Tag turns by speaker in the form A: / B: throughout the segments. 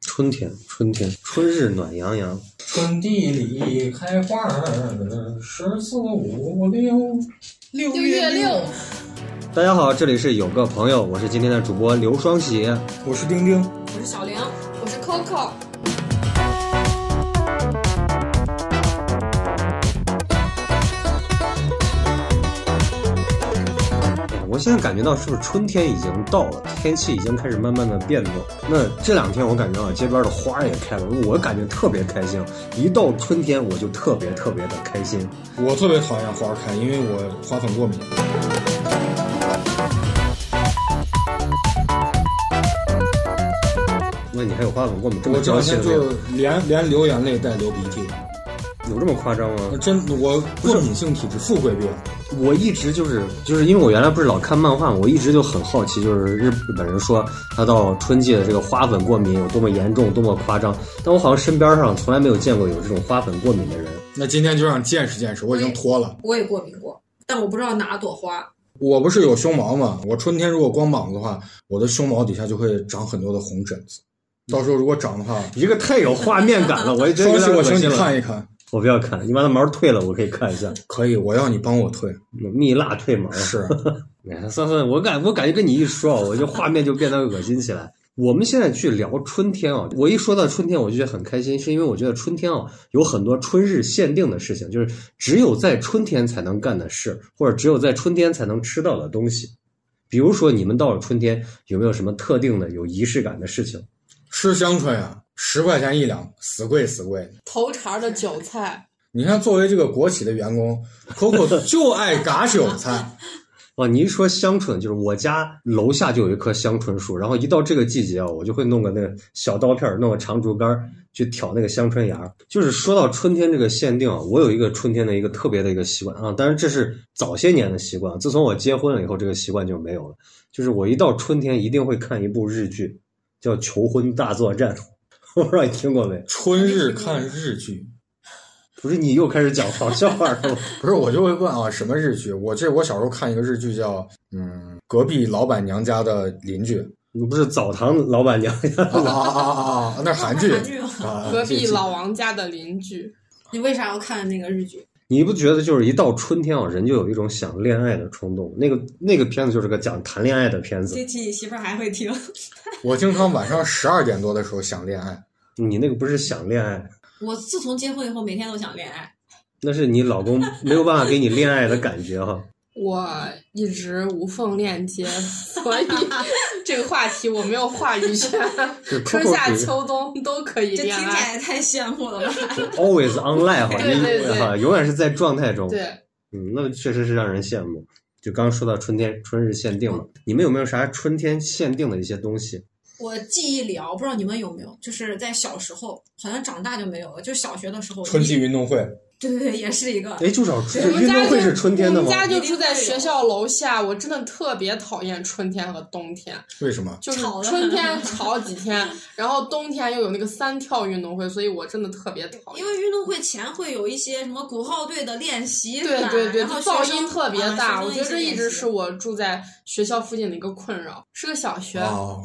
A: 春天，春天，春日暖洋洋。
B: 春地里开花儿，十四五六，六
C: 六月六，
A: 大家好，这里是有个朋友，我是今天的主播刘双喜。哎
B: 我是丁丁。
C: 我是小玲，我是 Coco。
A: 哎我现在感觉到是不是春天已经到了，天气已经开始慢慢的变动。那这两天我感觉啊，街边的花也开了，我感觉特别开心。一到春天我就特别特别的开心。
B: 我特别讨厌花开，因为我花粉过敏。
A: 那你还有花粉过敏这么
B: 我这
A: 矫
B: 两
A: 情的
B: 天就
A: 呀？
B: 连连流眼泪带流鼻涕，
A: 有这么夸张吗？
B: 真的我过敏性体质富贵病。
A: 我一直就是就是因为我原来不是老看漫画，我一直就很好奇，就是日本人说他到春季的这个花粉过敏有多么严重，多么夸张。但我好像身边上从来没有见过有这种花粉过敏的人。
B: 那今天就让见识见识，我已经脱了。
C: 我也过敏过，但我不知道哪朵花。
B: 哎我不是有胸毛吗？我春天如果光膀子的话，我的胸毛底下就会长很多的红疹子。到时候如果长的话，
A: 一个太有画面感了，我也觉得
B: 双
A: 有点恶
B: 喜我请
A: 心
B: 你
A: 了。
B: 看一看。
A: 我不要看，你把它毛退了，我可以看一 下。
B: 可以，我要你帮我退。
A: 蜜蜡退毛。
B: 是，
A: 哎，算算，我感我感觉跟你一说啊，我就画面就变得恶心起来。我们现在去聊春天啊，我一说到春天，我就觉得很开心，是因为我觉得春天啊有很多春日限定的事情，就是只有在春天才能干的事，或者只有在春天才能吃到的东西。比如说，你们到了春天，有没有什么特定的有仪式感的事情？
B: 吃香椿啊，十块钱一两，死贵死贵。
D: 头茬的韭菜，
B: 你看，作为这个国企的员工，Coco 就爱嘎韭菜。
A: 哦，你一说香椿，就是我家楼下就有一棵香椿树，然后一到这个季节啊，我就会弄个那个小刀片儿，弄个长竹竿儿去挑那个香椿芽儿。就是说到春天这个限定啊，我有一个春天的一个特别的一个习惯啊，当然这是早些年的习惯，啊自从我结婚了以后，这个习惯就没有了。就是我一到春天一定会看一部日剧，叫《求婚大作战》， 我不知道你听过没？
B: 春日看日剧，
A: 不是你又开始讲好笑话了吗？
B: 不是我就会问啊，什么日剧？我这我小时候看一个日剧叫嗯，隔壁老板娘家的邻居
A: 你不是澡堂老板娘呀？
B: 啊啊啊啊啊，那是韩剧
C: 韩剧吗
B: 啊，
D: 隔壁
B: 这这
D: 老王家的邻居，
C: 你为啥要看那个日剧？
A: 你不觉得就是一到春天啊，人就有一种想恋爱的冲动？那个那个片子就是个讲谈恋爱的片子，
C: 这期你媳妇儿还会听？
B: 我经常晚上十二点多的时候想恋爱，
A: 你那个不是想恋爱，
C: 我自从结婚以后，每天都想恋爱。
A: 那是你老公没有办法给你恋爱的感觉哈。
D: 我一直无缝链接， 所以这个话题我没有话语权，
A: 就是
D: 春
A: Coco
D: 夏
A: 属于
D: 秋冬都可以
C: 这听
D: 恋
C: 起
D: 爱。
C: 来太羡慕了吧？
A: always online 哈，
D: 对对对
A: 哈，永远是在状态中。
D: 对，
A: 嗯，那确实是让人羡慕。就刚刚说到春天春日限定嘛，你们有没有啥春天限定的一些东西？
C: 我记忆里啊，我不知道你们有没有，就是在小时候，好像长大就没有了。就小学的时候，
B: 春季运动会，
C: 对对对，也是一个。
A: 哎，就是要
D: 我们
A: 运
D: 家
A: 动
D: 就
A: 会是春天的
D: 我
A: 吗
D: 们？家就住在学校楼下，我真的特别讨厌春天和冬天。
B: 为什么？
D: 就是
C: 吵得
D: 春
C: 很
D: 天吵几 天，然后冬天又有那个三跳运动会，所以我真的特别讨厌
C: 因。为运动会前会有一些什么鼓号队的练习，
D: 对
C: 吧
D: 对对，
C: 然后
D: 就
C: 学
D: 噪
C: 生
D: 音特别
C: 啊
D: 大，
C: 学生
D: 我觉得这
C: 些
D: 一直
C: 练习
D: 是我住在学校附近的一个困扰。是个小学，
B: 哦，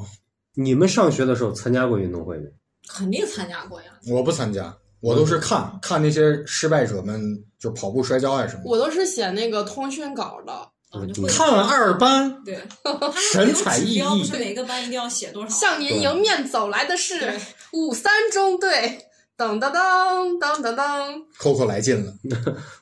A: 你们上学的时候参加过运动会没？
C: 肯定参加过呀。
B: 我不参加，我都是看看那些失败者们就跑步摔跤啊什么的。
D: 我都是写那个通讯稿的，
C: 啊
A: 嗯
C: 就会
B: 看二班，
C: 对，
B: 神采奕
C: 他们有指标不
B: 奕
C: 是每个班一定要写多少？
D: 向您迎面走来的是 五三中队，噔噔噔噔噔噔。
B: ，Coco 来劲了。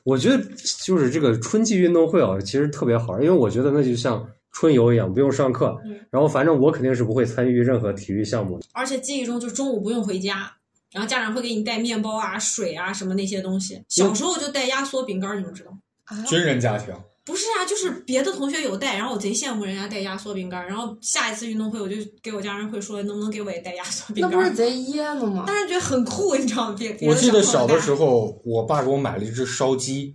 A: 我觉得就是这个春季运动会啊，其实特别好玩，因为我觉得那就像春游一样，不用上课
C: 嗯。
A: 然后反正我肯定是不会参与任何体育项目的。
C: 而且记忆中就中午不用回家，然后家长会给你带面包啊、水啊什么那些东西。小
B: 嗯
C: 时候就带压缩饼干儿，你们知道吗？
D: 啊
B: 军人家庭，
C: 不是啊，就是别的同学有带，然后我贼羡慕人家带压缩饼干儿。然后下一次运动会，我就给我家人会说，能不能给我也带压缩饼
D: 那
C: 干
D: 不是
C: 儿？
D: 贼噎了吗？
C: 但是觉得很酷，你知道吗？别别
B: 我记得小的
C: 候
B: 时候，我爸给我买了一只烧 鸡，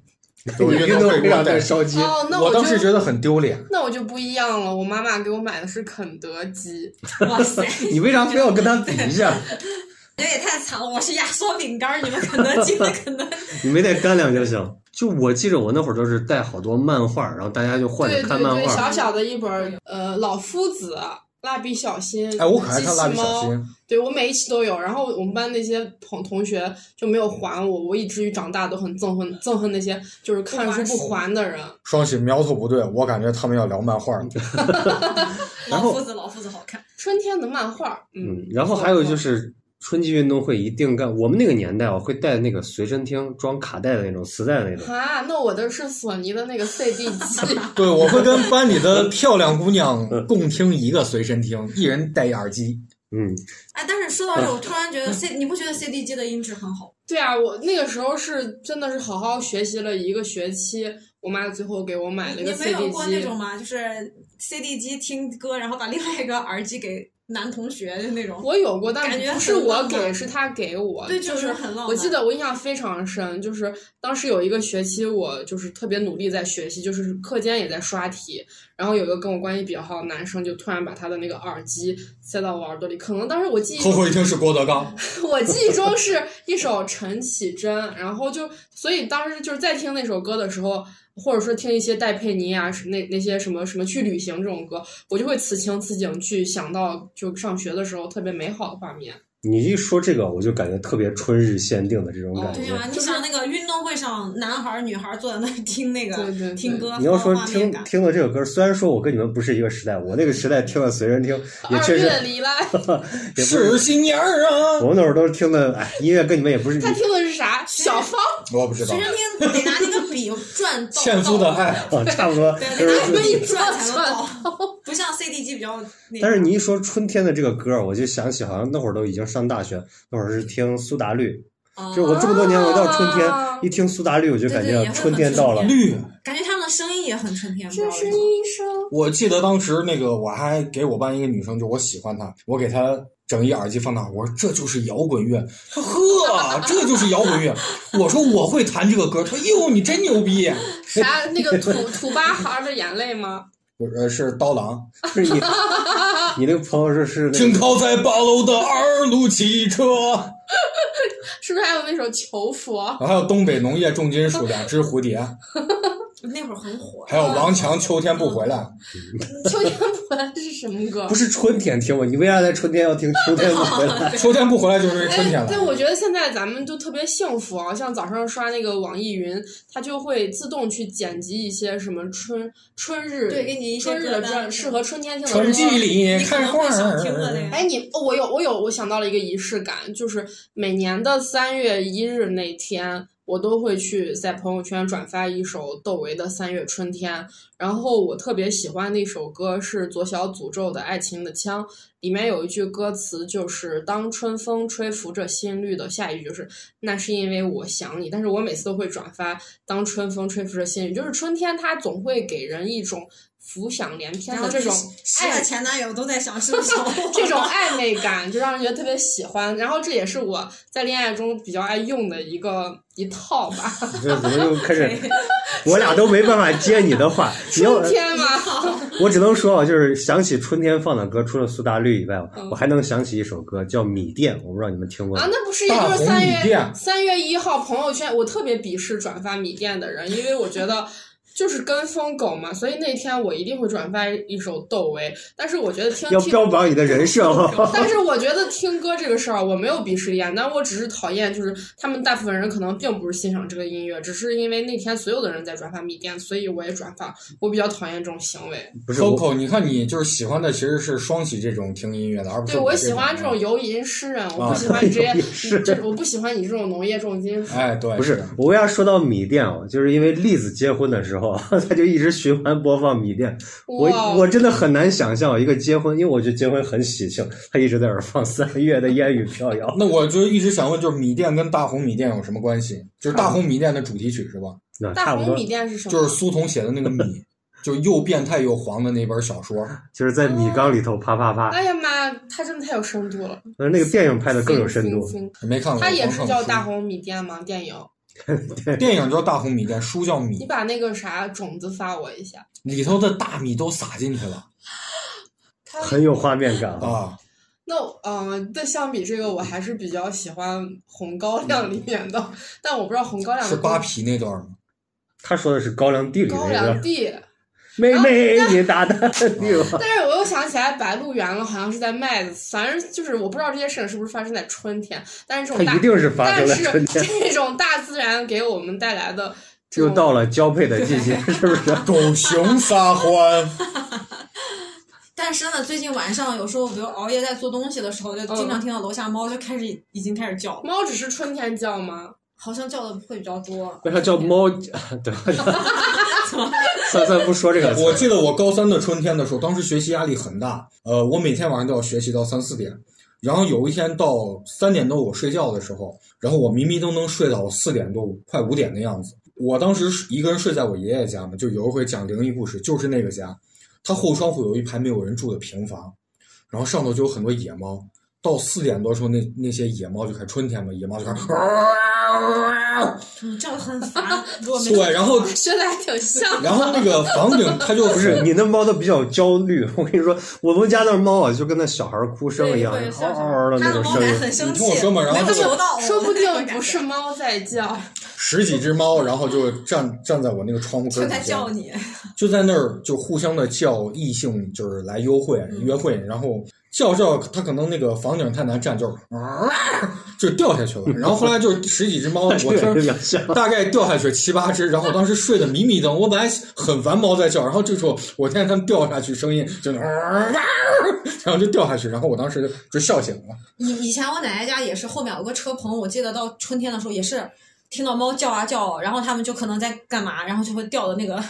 B: 有
A: 你
B: 运动会给我带。
A: 烧鸡
D: 哦，那
B: 我
D: 就
B: 当时觉得很丢脸，
D: 那我就不一样了。我妈妈给我买的是肯德基，，
C: 哇塞，
A: 你为啥非要跟他比 一下？
C: 这也太惨了！我是压缩饼干儿，你们肯德基的肯德 基。
A: 你没带干粮就行。就我记着，我那会儿都是带好多漫画，然后大家就换着
D: 对
A: 看
D: 对
A: 漫
D: 对，
A: 画。
D: 小小的一本儿，呃，老夫子，蜡笔小新，
B: 哎，我可爱
D: 机
B: 看
D: 器
B: 蜡笔小
D: 猫
B: 新，
D: 对我每一期都有，然后我们班那些同同学就没有还我，我以至于长大都很憎恨憎恨那些就是看书不还的人。
B: 双喜苗头不对，我感觉他们要聊漫 画了。
A: 然
C: 老
A: 后
C: 夫子，老夫子好看。
D: 春天的漫画，嗯
A: 嗯，，然后还有就是春季运动会一定干，我们那个年代我会带那个随身听，装卡带的那种磁带的那种。
D: 啊，那我的是索尼的那个 CD 机，
B: 对，我会跟班里的漂亮姑娘共听一个随身听，一人戴一耳机。
A: 嗯，
C: 哎，但是说到这，我突然觉
B: 嗯
C: 得 C，你不觉得 CD 机的音质很好？
D: 对啊，我那个时候是真的是好好学习了一个学期，我妈最后给我买了
C: 你
D: 一个
C: 没
D: CD
C: 有过那
D: 机
C: 种。吗？就是 CD 机听歌，然后把另外一个耳机给男同学的那种。
D: 我有过，但
C: 感觉
D: 不是
C: 很
D: 我
C: 浪
D: 给，
C: 漫
D: 是他给我。
C: 对
D: 就
C: 就是
D: 是
C: 很浪
D: 我记
C: 漫
D: 得我印象非常深，就是当时有一个学期，我就是特别努力在学习，就是课间也在刷题。然后有个跟我关系比较好的男生，就突然把他的那个耳机塞到我耳朵里。可能当时我记忆中，
B: 一听是郭德纲，
D: 我记忆中是一首陈绮贞，然后就所以当时就是在听那首歌的时候，或者说听一些戴佩妮啊，是那那些什么什么去旅行这种歌，我就会此情此景去想到就上学的时候特别美好的画面。
A: 你一说这个，我就感觉特别春日限定的这种感
D: 哦
A: 觉
C: 对。呀、你
D: 就是
C: 想那个运动会上，男孩儿女孩儿坐在那儿听那个
D: 对对对
C: 听歌，
A: 你要
C: 很有
A: 说
C: 画面
A: 听
C: 感。
A: 听了这个歌，虽然说我跟你们不是一个时代，我那个时代听的随身听
C: 啊
A: 也
D: 二
A: 确实，
D: 月里 来，
A: 也不是
B: 是新娘儿
A: 我
B: 啊！
A: 们那会儿都是听的，哎，音乐跟你们也不是。
D: 他听的是啥？
C: 嗯
D: 小芳，
B: 我不知道
C: 随，身听得拿那个笔转 到，
B: 纤夫的爱，
A: 啊，差不多，就
C: 对，得拿那
A: 是
C: 个笔转才能到，不像 CD 机比较那。
A: 但是你一说春天的这个歌，我就想起好像那会儿都已经上大学，那会儿是听苏打绿，
C: 啊
A: 就是我这么多年，我一到春天
D: 啊
A: 一听苏打绿，我就感
C: 哦对对
A: 觉
C: 也会
A: 春天到了
C: 很。
B: 绿。
C: 感觉他们的声音也很春天，不知道
D: 这是
C: 为什
D: 一
C: 么
D: 首。
B: 我记得当时那个我还给我班一个女生，就我喜欢她，我给她整一耳机放那儿，我说这就是摇滚乐，她呵，这就是摇滚乐。我说我会弹这个歌，她说哟你真牛逼，
D: 啥？那个土土巴孩儿的眼泪吗？
B: 我呃是刀郎，
A: 是 你，你那个朋友说是那
B: 停
A: 个
B: 靠在八楼的二路汽车。
D: 是不是还有那首《求佛》？
B: 还有东北农业重金属两只蝴蝶，
C: 那会儿很火。
B: 还有王强秋天不回来。
D: 秋天不来 是什么歌？
A: 不是春天听我，你为啥在春天要听秋天不回来？
B: 秋天不回来就是春天
D: 哎，但
B: 了。
D: 我觉得现在咱们就特别幸福啊！像早上刷那个网易云，它就会自动去剪辑一些什么春春日，
C: 对给你一些
D: 春日的
C: 歌单
D: 歌，适合春天听的歌。
B: 春季里
C: 你可
B: 开
C: 能
B: 花
C: 会想听
A: 嗯
C: 的那
B: 儿，
C: 个。
D: 哎，你哦我有我有，我想到了一个仪式感，就是每年的三月一日那天，我都会去在朋友圈转发一首窦唯的《三月春天》，然后我特别喜欢的一首歌是左小诅咒的《爱情的枪》，里面有一句歌词就是“当春风吹拂着新绿的”，下一句就是“那是因为我想你”，但是我每次都会转发“当春风吹拂着新绿”，就是春天它总会给人一种浮想联翩
C: 然
D: 的
C: 后
D: 这种
C: 失
D: 爱
C: 了前男友都在想是不是
D: 这种暧昧感就让人觉得特别喜欢，然后这也是我在恋爱中比较爱用的一个一套吧。
A: 这怎么又开始？我俩都没办法接你的话。你要
D: 春，天嘛，
A: 我只能说啊，就是想起春天放的歌，除了苏打绿以外，啊
D: 嗯
A: 我还能想起一首歌叫《米店》，我不知道你们听过没
D: 啊，
A: 有。
D: 那不是也就是
B: 大
D: 三
B: 红米
D: 月
B: 店
D: 三月一号朋友圈，我特别鄙视转发米店的人，因为我觉得。就是跟风狗嘛，所以那天我一定会转发一首窦唯，但是我觉得听
A: 要
D: 听
A: 标榜你的人设哦吗？
D: 但是我觉得听歌这个事儿，我没有鄙视链，但我只是讨厌，就是他们大部分人可能并不是欣赏这个音乐，只是因为那天所有的人在转发米店，所以我也转发。我比较讨厌这种行 为。
A: 不是，我
B: Coco，你看你就是喜欢的其实是双喜这种听音乐的，而不是
D: 对我
B: 这
D: 喜欢这种。游吟诗人，我
B: 啊
D: 不喜欢你这些，
A: 游 吟诗
D: 你这我不喜欢你这种农业重金属。
B: 哎，对，
A: 不是，我为啥说到米店啊？就是因为栗子结婚的时候，啊 他就一直循环播放米店。我
D: 哇
A: 我真的很难想象一个结婚，因为我觉得结婚很喜庆，他一直在那儿放三月的烟雨飘摇。
B: 那我就一直想问，就是米店跟大红米店有什么关系？就是大红米店的主题曲是吧？
A: 那差
D: 大
A: 不
D: 红
A: 多
D: 米店是什么？
B: 就是苏童写的那个 米，就是又变态又黄的那本小说。
A: 就是在米缸里头啪啪啪。
D: 哎呀妈呀，他真的太有深度了，
A: 但是那个电影拍的更有深度。
D: 行。行行
B: 没看过。
D: 他也是
B: 光看
D: 叫
B: 书
D: 大红米店吗？电影？
B: 电影叫大红米店，书叫
D: 你
B: 米，
D: 把那个啥种子发我一下。
B: 里头的大米都撒进去了
D: 他
A: 很有画面感
D: 哎
A: 啊！
B: 啊。
D: 那嗯，但相比这个，我还是比较喜欢红高
A: 嗯
D: 粱里面的，但我不知道红高粱
B: 是
D: 的
B: 扒皮那段吗？
A: 他说的是高粱地里
D: 高
A: 那
D: 粱
A: 个
D: 地，
A: 妹妹你大胆地吧，
C: 哦
D: 但是我又想起来白鹿原了，好像是在麦子，反正就是我不知道这些事情是不是发生在春天，但是这种
A: 它
D: 大
A: 一，定是发生
D: 但
A: 在春
D: 是
A: 天，
D: 这种大自然给我们带 来的这
A: 又
D: 种
A: 到了交配的季节，是 不是？
B: 狗熊撒欢，
C: 但是呢，最近晚上有时候，比如熬夜在做东西的时候，就经
D: 嗯
C: 常听到楼下猫就开始已经开始叫了，
D: 猫只是春天叫吗？
C: 好像叫的会比较多。
A: 为啥叫 猫？对，算算不说这个词，
B: 我记得我高三的春天的时候，当时学习压力很大，呃，我每天晚上都要学习到三四点，然后有一天到三点多我睡觉的时候，然后我迷迷瞪瞪睡到四点多快五点的样子。我当时是一个人睡在我爷爷家嘛，就有一回讲灵异故事，就是那个家，他后窗户有一排没有人住的平房，然后上头就有很多野猫。到四点多的时候，那那些野猫就开始春天嘛，野猫就开始，
C: 嗯，叫的很烦。如果没
B: 对，然后
D: 学的还挺像。
B: 然后那个房顶它就
A: 不是你那猫都比较焦虑。我跟你说，我们家那猫啊，就跟那小孩哭声一样，
C: 对会
A: 嗷嗷的
C: 它
A: 那
C: 的
A: 种
C: 猫
A: 声
C: 奶
A: 音。
C: 很生
B: 你
C: 气，
B: 听我说嘛然后
C: 没有求到我，
D: 说不定不是猫在叫，
B: 十几只猫，然后就站站在我那个窗户根
C: 就
B: 儿底
C: 在
B: 下
C: 叫，你。
B: 就在那儿就互相的叫异性，就是来约会、
A: 嗯
B: 约会，然后叫叫，它可能那个房顶太难站，就是、啊、就掉 下去了。然后后来就十几只猫，我
A: 这个
B: 听
A: 有点像。
B: 大概掉下去七八只，然后我当时睡得迷迷瞪，我本来很烦猫在叫，然后这时候我听见它们掉下去声音，就那儿啊，然后就掉下去，然后我当时就就笑醒了。
C: 以以前我奶奶家也是，后面有个车棚，我记得到春天的时候也是听到猫叫啊叫啊，然后它们就可能在干嘛，然后就会掉到那个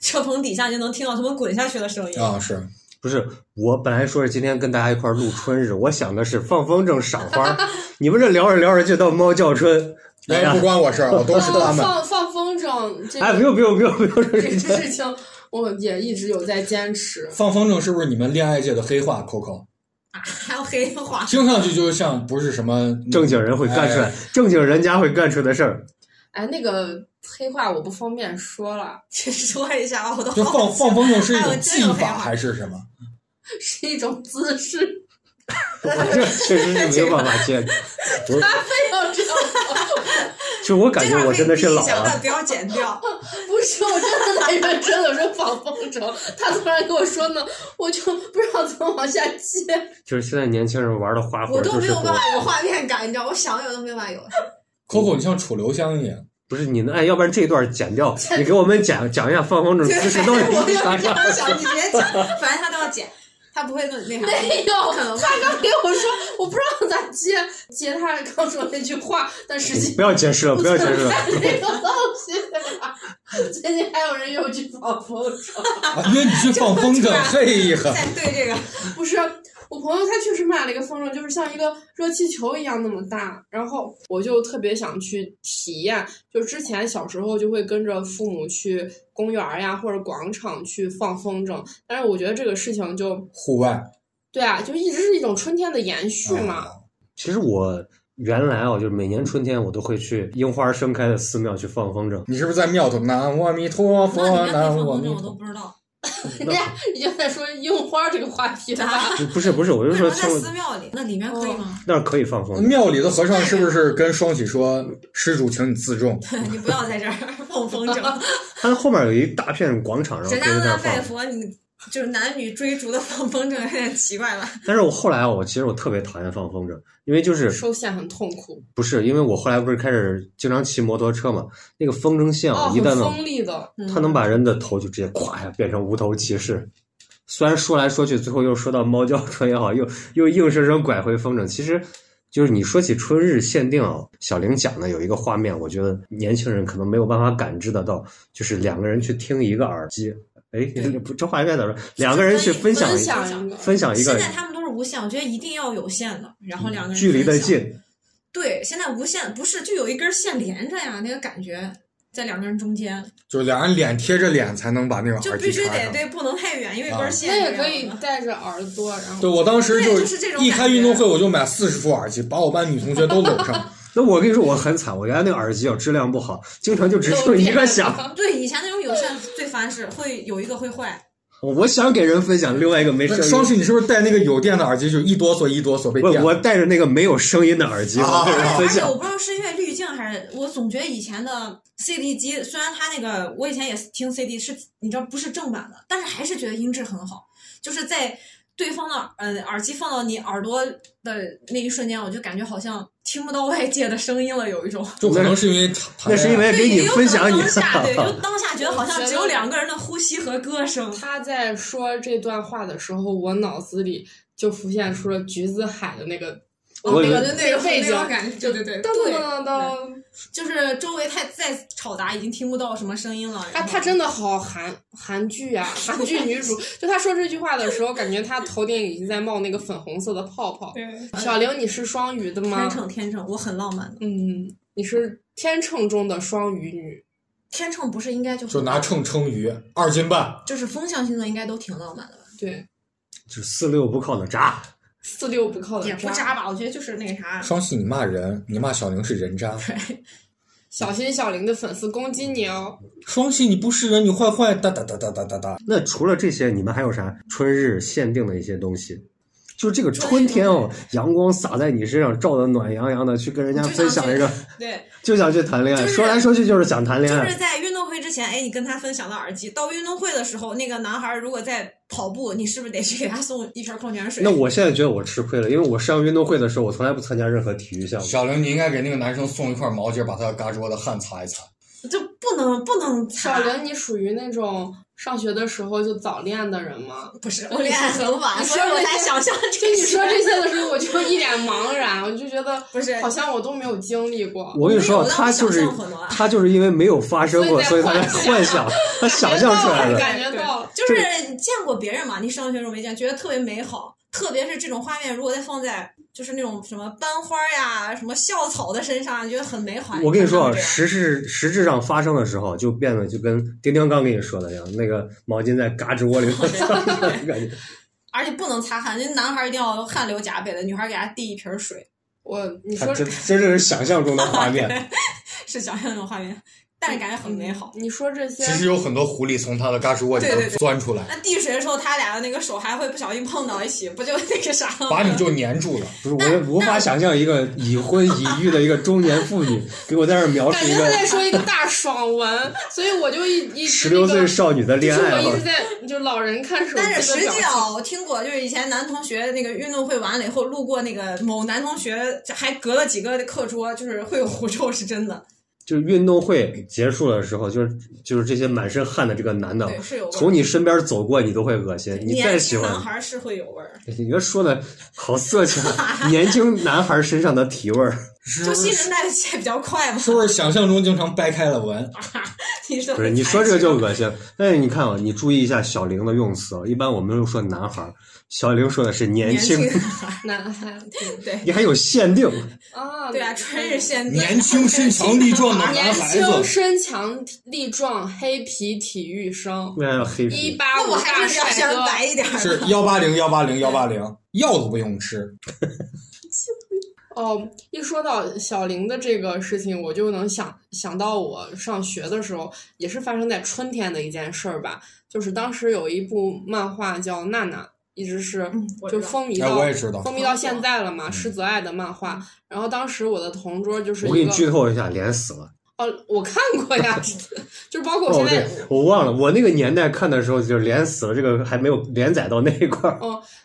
C: 车棚底下，就能听到它们滚下去的声音。
B: 啊，是
A: 不是，我本来说是今天跟大家一块儿录春日，我想的是放风筝、赏 花。你们这聊着聊着就到猫叫春，哎
B: 哎，
A: 呀
B: 不，关我事儿，我都是它
D: 放
B: 们。
D: 放放风筝这
A: 哎，不
D: 个
A: 用不用不用不用，
D: 这个事情，我也一直有在坚持。
B: 放风筝是不是你们恋爱界的黑话？Coco，
C: 还有黑话，
B: 听上去就像不是什么
A: 正经人会干出来
B: 嗯哎，
A: 正经人家会干出的事儿。
D: 哎，那个黑话我不方便说了，
C: 去说一下，我 都
B: 就放放风筝是一种技
C: 哦哎我真有黑
B: 法
C: 话
B: 还是什么？
D: 是一种姿势。
A: 我这确实是没有办法接的，
D: 非要这样说，
A: 就我感觉我真的是老啊
C: 这段可
A: 了啊
C: 以逼一下但。不要剪掉。
D: 不是我真的太认真了，我说放风筝，他突然跟我说呢，我就不知道怎么往下接。
A: 就是现在年轻人玩的花活
C: 我
A: 儿
C: 都
A: 就
C: 没
A: 是
C: 有办
A: 多，
C: 法有画面感，你知道，我想有都没办法有。
B: Coco，你像楚留香一 样，
A: 不是你那哎，要不然这一段剪掉，你给我们讲讲一下放风筝姿势到底
C: 我
A: 是啊啥
C: 就这
A: 样
C: 样。想，你直接讲，反正他都要剪，他不会那那啥。
D: 没有
C: 可能，吧
D: 他刚给我说，我不知道咋接接他刚说那句话，但实际
A: 不要解释了，不要解释 了。
D: 存在这个东 西。最近还有人又去放风筝，
B: 啊约你去放风筝，
C: 哎
B: 嘿呀，
C: 再对这 个，
D: 不是。我朋友他确实买了一个风筝，就是像一个热气球一样那么大，然后我就特别想去体验。就之前小时候就会跟着父母去公园儿呀或者广场去放风筝，但是我觉得这个事情就
B: 户外
D: 对啊，就一直是一种春天的延续
A: 哎
D: 嘛。
B: 啊
A: 其实我原来啊，就是每年春天我都会去樱花盛开的寺庙去放风 筝。
B: 你是不是在庙头？南无阿弥陀
C: 那你
B: 佛，
C: 们
B: 南
C: 放
B: 无阿
C: 风筝
B: 弥
C: 我都
B: 陀。
C: 不知道。
D: 人家已经在说樱花这个话题了吧？
A: 不不是不是，我就
C: 为什
A: 说
C: 么在
A: 像
C: 寺嗯庙里？那里面可以吗？
A: 那儿可以放风筝。
B: 庙里的和尚是不是跟双喜说：“施主，请你自重
C: 你不要在这儿放风筝，
A: 它后面有一大片广场，然后可
C: 人
A: 以在
C: 家都
A: 那
C: 在
A: 儿放
C: 拜。佛，你就是男女追逐的放风筝有点奇怪吧？
A: 但是我后来啊，我其实我特别讨厌放风筝，因为就是
D: 收线很痛苦
A: 不是因为我后来不是开始经常骑摩托车嘛，那个风筝线啊，
D: 哦，
A: 一
D: 很
A: 旦呢，
D: 锋利的，
A: 它能把人的头就直接咵一下变成无头骑士。虽然说来说去，最后又说到猫叫春也好，又 又硬生生拐回风筝。其实，就是你说起春日限定啊，小玲讲的有一个画面，我觉得年轻人可能没有办法感知得到，就是两个人去听一个耳机，哎，不这话应该咋说？两个人去分享
D: 分
A: 一
D: 享一个。
A: 分享啊一
C: 现
A: 个
C: 在他们都是无线，我觉得一定要有线的，然后两个人
A: 距离的
C: 分享。
A: 近，
C: 对，现在无线不是就有一根线连着呀，那个感觉在两个人中间，”，
B: 就是俩人脸贴着脸才能把那个
C: 就
B: 啊耳
C: 必
B: 机
C: 须
B: 插
C: 得
B: 上。
C: 对，不能太远，因为一
B: 啊
C: 根
D: 那
C: 线。
D: 也可以戴着耳朵，然后
B: 对，我当时
C: 对就是这种
B: 一
C: 感
B: 开
C: 觉
B: 运动会，我就买四十副耳机，把我班女同学都搂 上。
A: 那我跟你说，我很惨，我原来那个耳机啊质量不好，经常就只剩一个 响。
C: 对，以前那种有线最烦是会有一个会坏，
A: 我想给人分享，另外一个没声
B: 那双
A: 音。
B: 喜，你是不是戴那个有电的耳机，就一哆嗦一哆嗦被
A: 我
B: 电？
A: 我戴着那个没有声音的耳机，我
B: 啊
A: 给 人分
C: 而且
A: 享。
C: 我不知道是因为滤镜还是，我总觉得以前的 CD 机，虽然它那个我以前也听 CD 是，你知道不是正版的，但是还是觉得音质很好，就是在对方的嗯耳机放到你耳朵的那一瞬间，我就感觉好像听不到外界的声音了，有一种。
B: 就可能是因为谈
A: 那是因为
C: 对，
A: 给
C: 也
A: 你
C: 有
A: 分
C: 可能
A: 享你
C: 当下，对，就
A: 的
C: 当下觉得好像只有两个人的呼吸和歌声。
D: 他在说这段话的时候，我脑子里就浮现出了橘子海的那个，哦
A: 我以
D: 那
A: 为
D: 个那个背景，
C: 感觉，
D: 就
C: 对对对，
D: 当当当当当，
C: 就是周围太再吵杂，已经听不到什么声音了。
D: 他他真的好韩韩剧啊，韩剧女主，就他说这句话的时候，感觉他头顶已经在冒那个粉红色的泡泡。
C: 对
D: 小玲，你是双鱼的吗
C: 天？秤天秤，我很浪漫的。
D: 嗯，你是天秤中的双鱼女。
C: 天秤不是应该就
B: 就拿秤称鱼二斤半，
C: 就是风象星座应该都挺浪漫的吧？
D: 对，
A: 就四六不靠的渣。
D: 四六不靠的
C: 也不渣吧，我觉得就是那个啥。
B: 双喜你骂人，你骂小玲是人渣。
D: 小心小玲的粉丝攻击你哦。
B: 双喜你不是人，你坏坏，哒哒哒哒哒哒哒。
A: 那除了这些，你们还有啥春日限定的一些东西？就是这个春天哦，阳光洒在你身上，照的暖洋洋的，去跟人家分享 一个，
C: 对，
A: 就想去谈恋爱。
C: 就是
A: 说来说去就是想谈
C: 就
A: 恋
C: 是
A: 爱。
C: 在运动会之前，哎，你跟他分享了耳机。到运动会的时候，那个男孩如果在跑步，你是不是得去给他送一瓶矿泉水？
A: 那我现在觉得我吃亏了，因为我上运动会的时候，我从来不参加任何体育项目。
B: 小玲，你应该给那个男生送一块毛巾，把他胳肢窝的汗擦一擦。
C: 就不能不能
D: 小
C: 擦。
D: 玲，你属于那种上学的时候就早恋的人吗？
C: 不是，我恋爱 很晚，
D: 你
C: 所
D: 说
C: 以我才
D: 这些
C: 想象
D: 就
C: 这
D: 你
C: 个事
D: 说
C: 儿。
D: 这些的时候，我就一脸茫然，我就觉得
C: 不是
D: 好像我都没有经历过。
A: 我跟你说，
C: 没有
A: 他就是
C: 让我想象很多啊
A: 他就是因为没有发生过，所
D: 所
A: 以
D: 以
A: 他
D: 才
A: 才幻 想，他想象出来的。
D: 感觉到了。
C: 就是见过别人嘛，你上学的时候没见，觉得特别美好。特别是这种画面，如果再放在就是那种什么班花呀、什么校草的身上，你觉得很美好。
A: 我跟你说啊，
C: 看他们这样
A: 实质实质上发生的时候，就变得就跟丁丁刚跟你说的一样，那个毛巾在嘎吱窝里 感觉。
C: 而且不能擦汗，那男孩一定要汗流浃背的，女孩给他递一瓶水，
D: 我你
A: 他
D: 说
A: 真真是想象中的画 面。
C: 是想象那种画面，但是感觉很美好。
D: 嗯你说这些
B: 其，实有很多狐狸从他的胳肢窝里
C: 对
B: 边
C: 对对
B: 钻出来，
C: 那递水的时候，他俩的那个手还会不小心碰到一起，不就那个啥了吗？
B: 把你就粘住了。
A: 不是，我也无法想象一个已婚已育的一个中年妇女给我在这儿描
D: 感
A: 述一
D: 觉他
A: 个
D: 在说一个大爽文，所以我就一一
A: 十六岁少女的
D: 就
A: 恋
D: 是
A: 爱
D: 我一
A: 吧。
D: 直在就老人看手机的
C: 但
D: 表
C: 是实际
D: 情。
C: 啊，我听过，就是以前男同学那个运动会完了以后，路过那个某男同学，还隔了几个课桌，就是会有狐臭，是真的。
A: 就是运动会结束的时候，就是就是这些满身汗的这个男的，
C: 对，是有味儿。
A: 从你身边走过，你都会恶心。你再
C: 年
A: 喜
C: 轻男
A: 欢，
C: 孩是会有味儿，
A: 你这说的好色情，啊年轻男孩身上的体味儿。
B: 是
C: 就新陈代谢比较快嘛。
B: 是不是想象中经常掰开了闻？
C: 你说
A: 不是，你说这个就恶心。但是你看啊，你注意一下小玲的用词，啊一般我们都说男孩儿，小玲说的是年
C: 年
A: 轻，
C: 男孩，
D: 男孩子
C: 对
A: 你还有限定。
D: 啊，
C: 对啊，春日限定，
B: 年轻身强力 壮的男
D: 年
B: 孩
D: 轻
B: 子，
D: 身强力壮，黑皮体育生，
A: 为啥要哎黑
D: 一
A: 皮？
D: 八
C: 那
D: 五
C: 我还
D: 大
C: 是比较喜
D: 帅
C: 欢
D: 哥。
C: 白一点儿的。
B: 是幺八零幺八零幺八零，药都不用吃。
D: 哦，一说到小玲的这个事情，我就能想想到我上学的时候，也是发生在春天的一件事儿吧。就是当时有一部漫画叫《娜娜》，一直是
C: 嗯我知
D: 就
C: 道嗯
D: 风靡
B: 哎，
D: 到、
B: 我也知道，
D: 风靡到现在了嘛，狮子爱的漫画。然后当时我的同桌就是
A: 我给
D: 一
A: 你剧
D: 个
A: 透一下，脸死了。
D: 哦，我看过呀， 就是包括我
A: 哦，
D: 现
A: 对
D: 在，，
A: 我忘了，我那个年代看的时候，就是脸死了，这个还没有连载到那一块儿。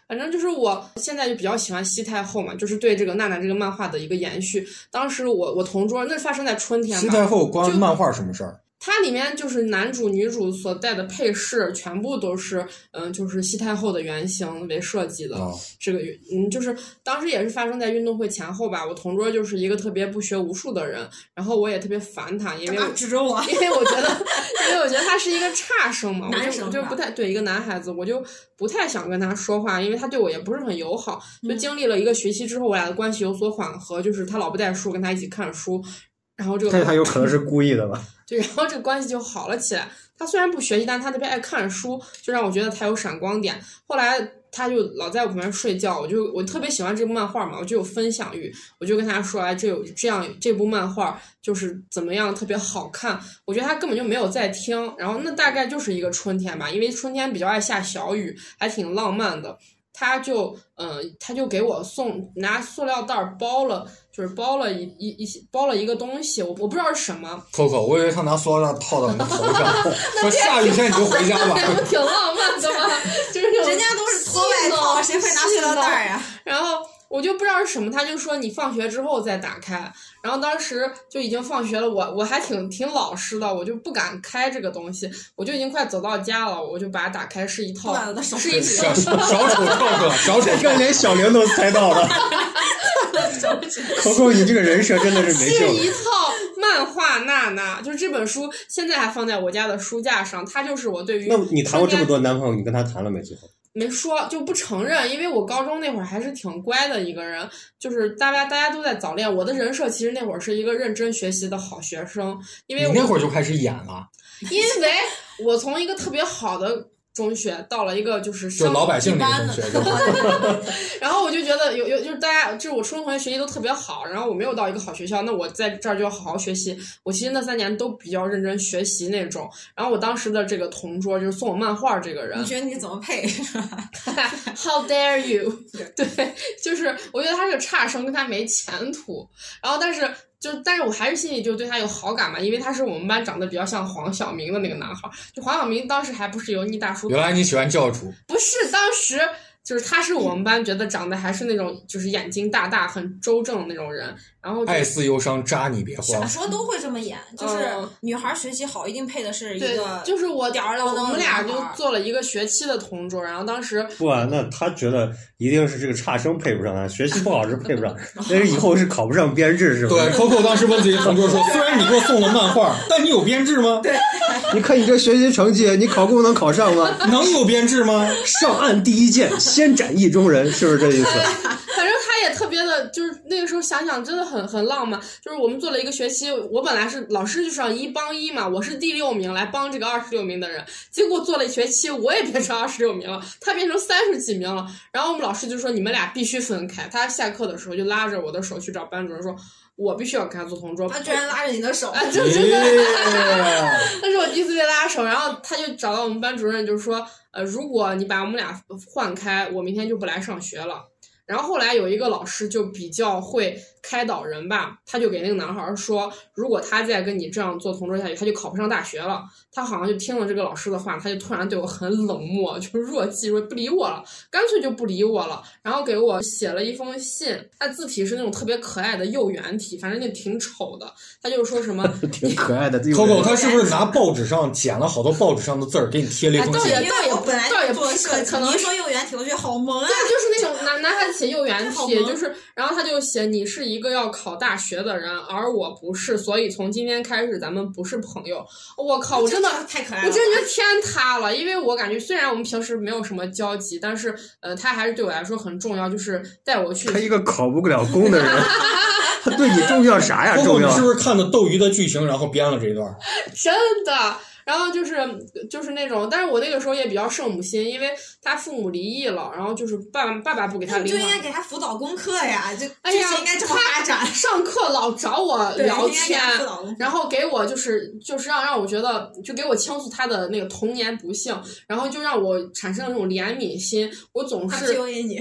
D: 反正就是我现在就比较喜欢西太后嘛，就是对这个娜娜这个漫画的一个延续。当时我我同桌那发生在春天
B: 西
D: 吧，
B: 太后关漫画什么事儿？
D: 它里面就是男主女主所戴的配饰，全部都是嗯，就是西太后的原型为设计的。
B: 啊，
D: 这个嗯，就是当时也是发生在运动会前后吧。我同桌就是一个特别不学无术的人，然后我也特别烦他，因
C: 干
D: 为
C: 嘛
D: 我
C: 指着我？啊
D: 因为我觉得，因为我觉得他是一个差生嘛，我就
C: 男生
D: 我
C: 是
D: 就
C: 吧
D: 不太对一个男孩子，我就不太想跟他说话，因为他对我也不是很友好。就
C: 嗯
D: 经历了一个学期之后，我俩的关系有所缓和，就是他老不带书，跟他一起看书，然后这个
A: 但是他有可能是故意的吧？
D: 对，然后这个关系就好了起来。他虽然不学习，但是他特别爱看书，就让我觉得他有闪光点。后来他就老在我旁边睡觉，我就我特别喜欢这部漫画嘛，我就有分享欲，我就跟他说，哎，这有这样这部漫画就是怎么样特别好看。我觉得他根本就没有在听。然后那大概就是一个春天吧，因为春天比较爱下小雨，还挺浪漫的。他就嗯、呃他就给我送拿塑料袋儿包了就是包了一一一些包了一个东西，我我不知道是什么，
B: Coco，我以为他拿塑料袋套到你的头 上，说下雨天你就回家 吧。
D: 那种挺浪漫 的嘛，就是那种
C: 人家都是脱外套，谁会拿塑料袋儿呀？
D: 然后我就不知道是什么，他就说你放学之后再打开。然后当时就已经放学了，我我还挺挺老实的，我就不敢开这个东西，我就已经快走到家了，我就把它打开，是一套
C: 断了的手
D: 是
C: 指
D: 一
C: 是
B: 小小丑 Coco，小丑
A: 这个连小玲都猜到了。Coco，你这个人设真的是没
D: 是
A: 救
D: 一
A: 了。
D: 套漫画娜娜，就是这本书现在还放在我家的书架上，它就是我对于
A: 那你谈过这么多男朋友，你跟他谈了没？最后
D: 没说就不承认，因为我高中那会儿还是挺乖的一个人，就是大家大家都在早恋。我的人设其实那会儿是一个认真学习的好学生，因 为
B: 你
D: 我
B: 那会儿就开始演了，
D: 因为我从一个特别好的中学到了一个就是
B: 就
D: 上
B: 老百姓那个同学，对吧？
D: 然后我就觉得有有就是大家就是我初中同学学习都特别好，然后我没有到一个好学校，那我在这儿就要好好学习。我其实那三年都比较认真学习那种。然后我当时的这个同桌就是送我漫画这个人
C: 你，觉得你怎么配？
D: How dare you？对，就是我觉得他是个差生，跟他没前途。然后，但是就但是我还是心里就对他有好感嘛，因为他是我们班长得比较像黄晓明的那个男孩儿。就黄晓明当时还不是油腻大叔，
B: 原来你喜欢教主，
D: 不是当时就是他是我们班觉得长得还是那种就是眼睛大大、很周正的那种人。然后就
B: 爱似忧伤，扎你别
C: 小
B: 慌。
C: 说都会这么演，就是
D: 嗯
C: 女孩学习好，一定配的哎是一
D: 对
C: 个，
D: 就是我
C: 吊儿郎当的
D: 我们俩就
C: 男孩儿
D: 做了一个学期的同桌，然后当时
A: 不啊，那他觉得一定是这个差生配不上他，学习不好是配不上，但是以后是考不上编制是吧？
B: 对，Coco 当时问自己的同桌说：“虽然你给我送了漫画，但你有编制吗？
A: 你看你这学习成绩，你考公能考上吗？
B: 能有编制吗
A: 上岸第一剑，先斩意中人，是不是这意思？
D: 反正他也特别的，就是那个时候想想真的很很浪漫。就是我们做了一个学期，我本来是老师就是要一帮一嘛，我是第六名来帮这个二十六名的人，结果做了一学期，我也变成二十六名了，他变成三十几名了。然后我们老师就说你们俩必须分开。他下课的时候就拉着我的手去找班主任说，我必须要跟他做同桌。
C: 他啊居然拉着你的手，
D: 啊，？” 就真的。
B: 咦
D: 那是我第一次被拉手，然后他就找到我们班主任，就说，呃，如果你把我们俩换开，我明天就不来上学了。然后后来有一个老师就比较会开导人吧，他就给那个男孩说，如果他再跟你这样做同桌下去，他就考不上大学了。他好像就听了这个老师的话，他就突然对我很冷漠，就是若即若不理我了，干脆就不理我了。然后给我写了一封信，他字体是那种特别可爱的幼圆体，反正就挺丑的。他就说什么
A: 挺可爱的。
B: ？Coco 他是不是拿报纸上剪了好多报纸上的字儿给你贴了一封
D: 哎
B: 信
D: 倒？也
C: 因为我本来
D: 倒也
C: 就
D: 不
C: 做
D: 是
C: 设计，
D: 可能
C: 你一说幼儿园体，我觉得好萌啊！
D: 就是那种男男孩子写幼圆
C: 好
D: 体，
C: 萌
D: 就是，然后他就写你是一个要考大学的人，而我不是，所以从今天开始咱们不是朋友。我靠，我真的。
C: 太可爱了，
D: 我真的觉得天塌了，因为我感觉虽然我们平时没有什么交集，但是呃，他还是对我来说很重要，就是带我去
A: 他一个考不了公的人，他对你重要啥呀？
B: Coco，
A: 重要
B: 你？是不是看的斗鱼的剧情，然后编了这一段？
D: 真的。然后就是就是那种，但是我那个时候也比较圣母心，因为他父母离异了，然后就是爸爸爸爸不给他
C: 你
D: 领
C: 就
D: 养，
C: 应该给他辅导功课呀，就
D: 哎
C: 就
D: 呀
C: 是应该这么发展。
D: 上课老找我
C: 对，
D: 聊
C: 应该给
D: 天，
C: 他辅导功课。
D: 然后给我就是就是让让我觉得就给我倾诉他的那个童年不幸，然后就让我产生了那种怜悯心。我总
C: 他
D: 是啊
C: PUA 你，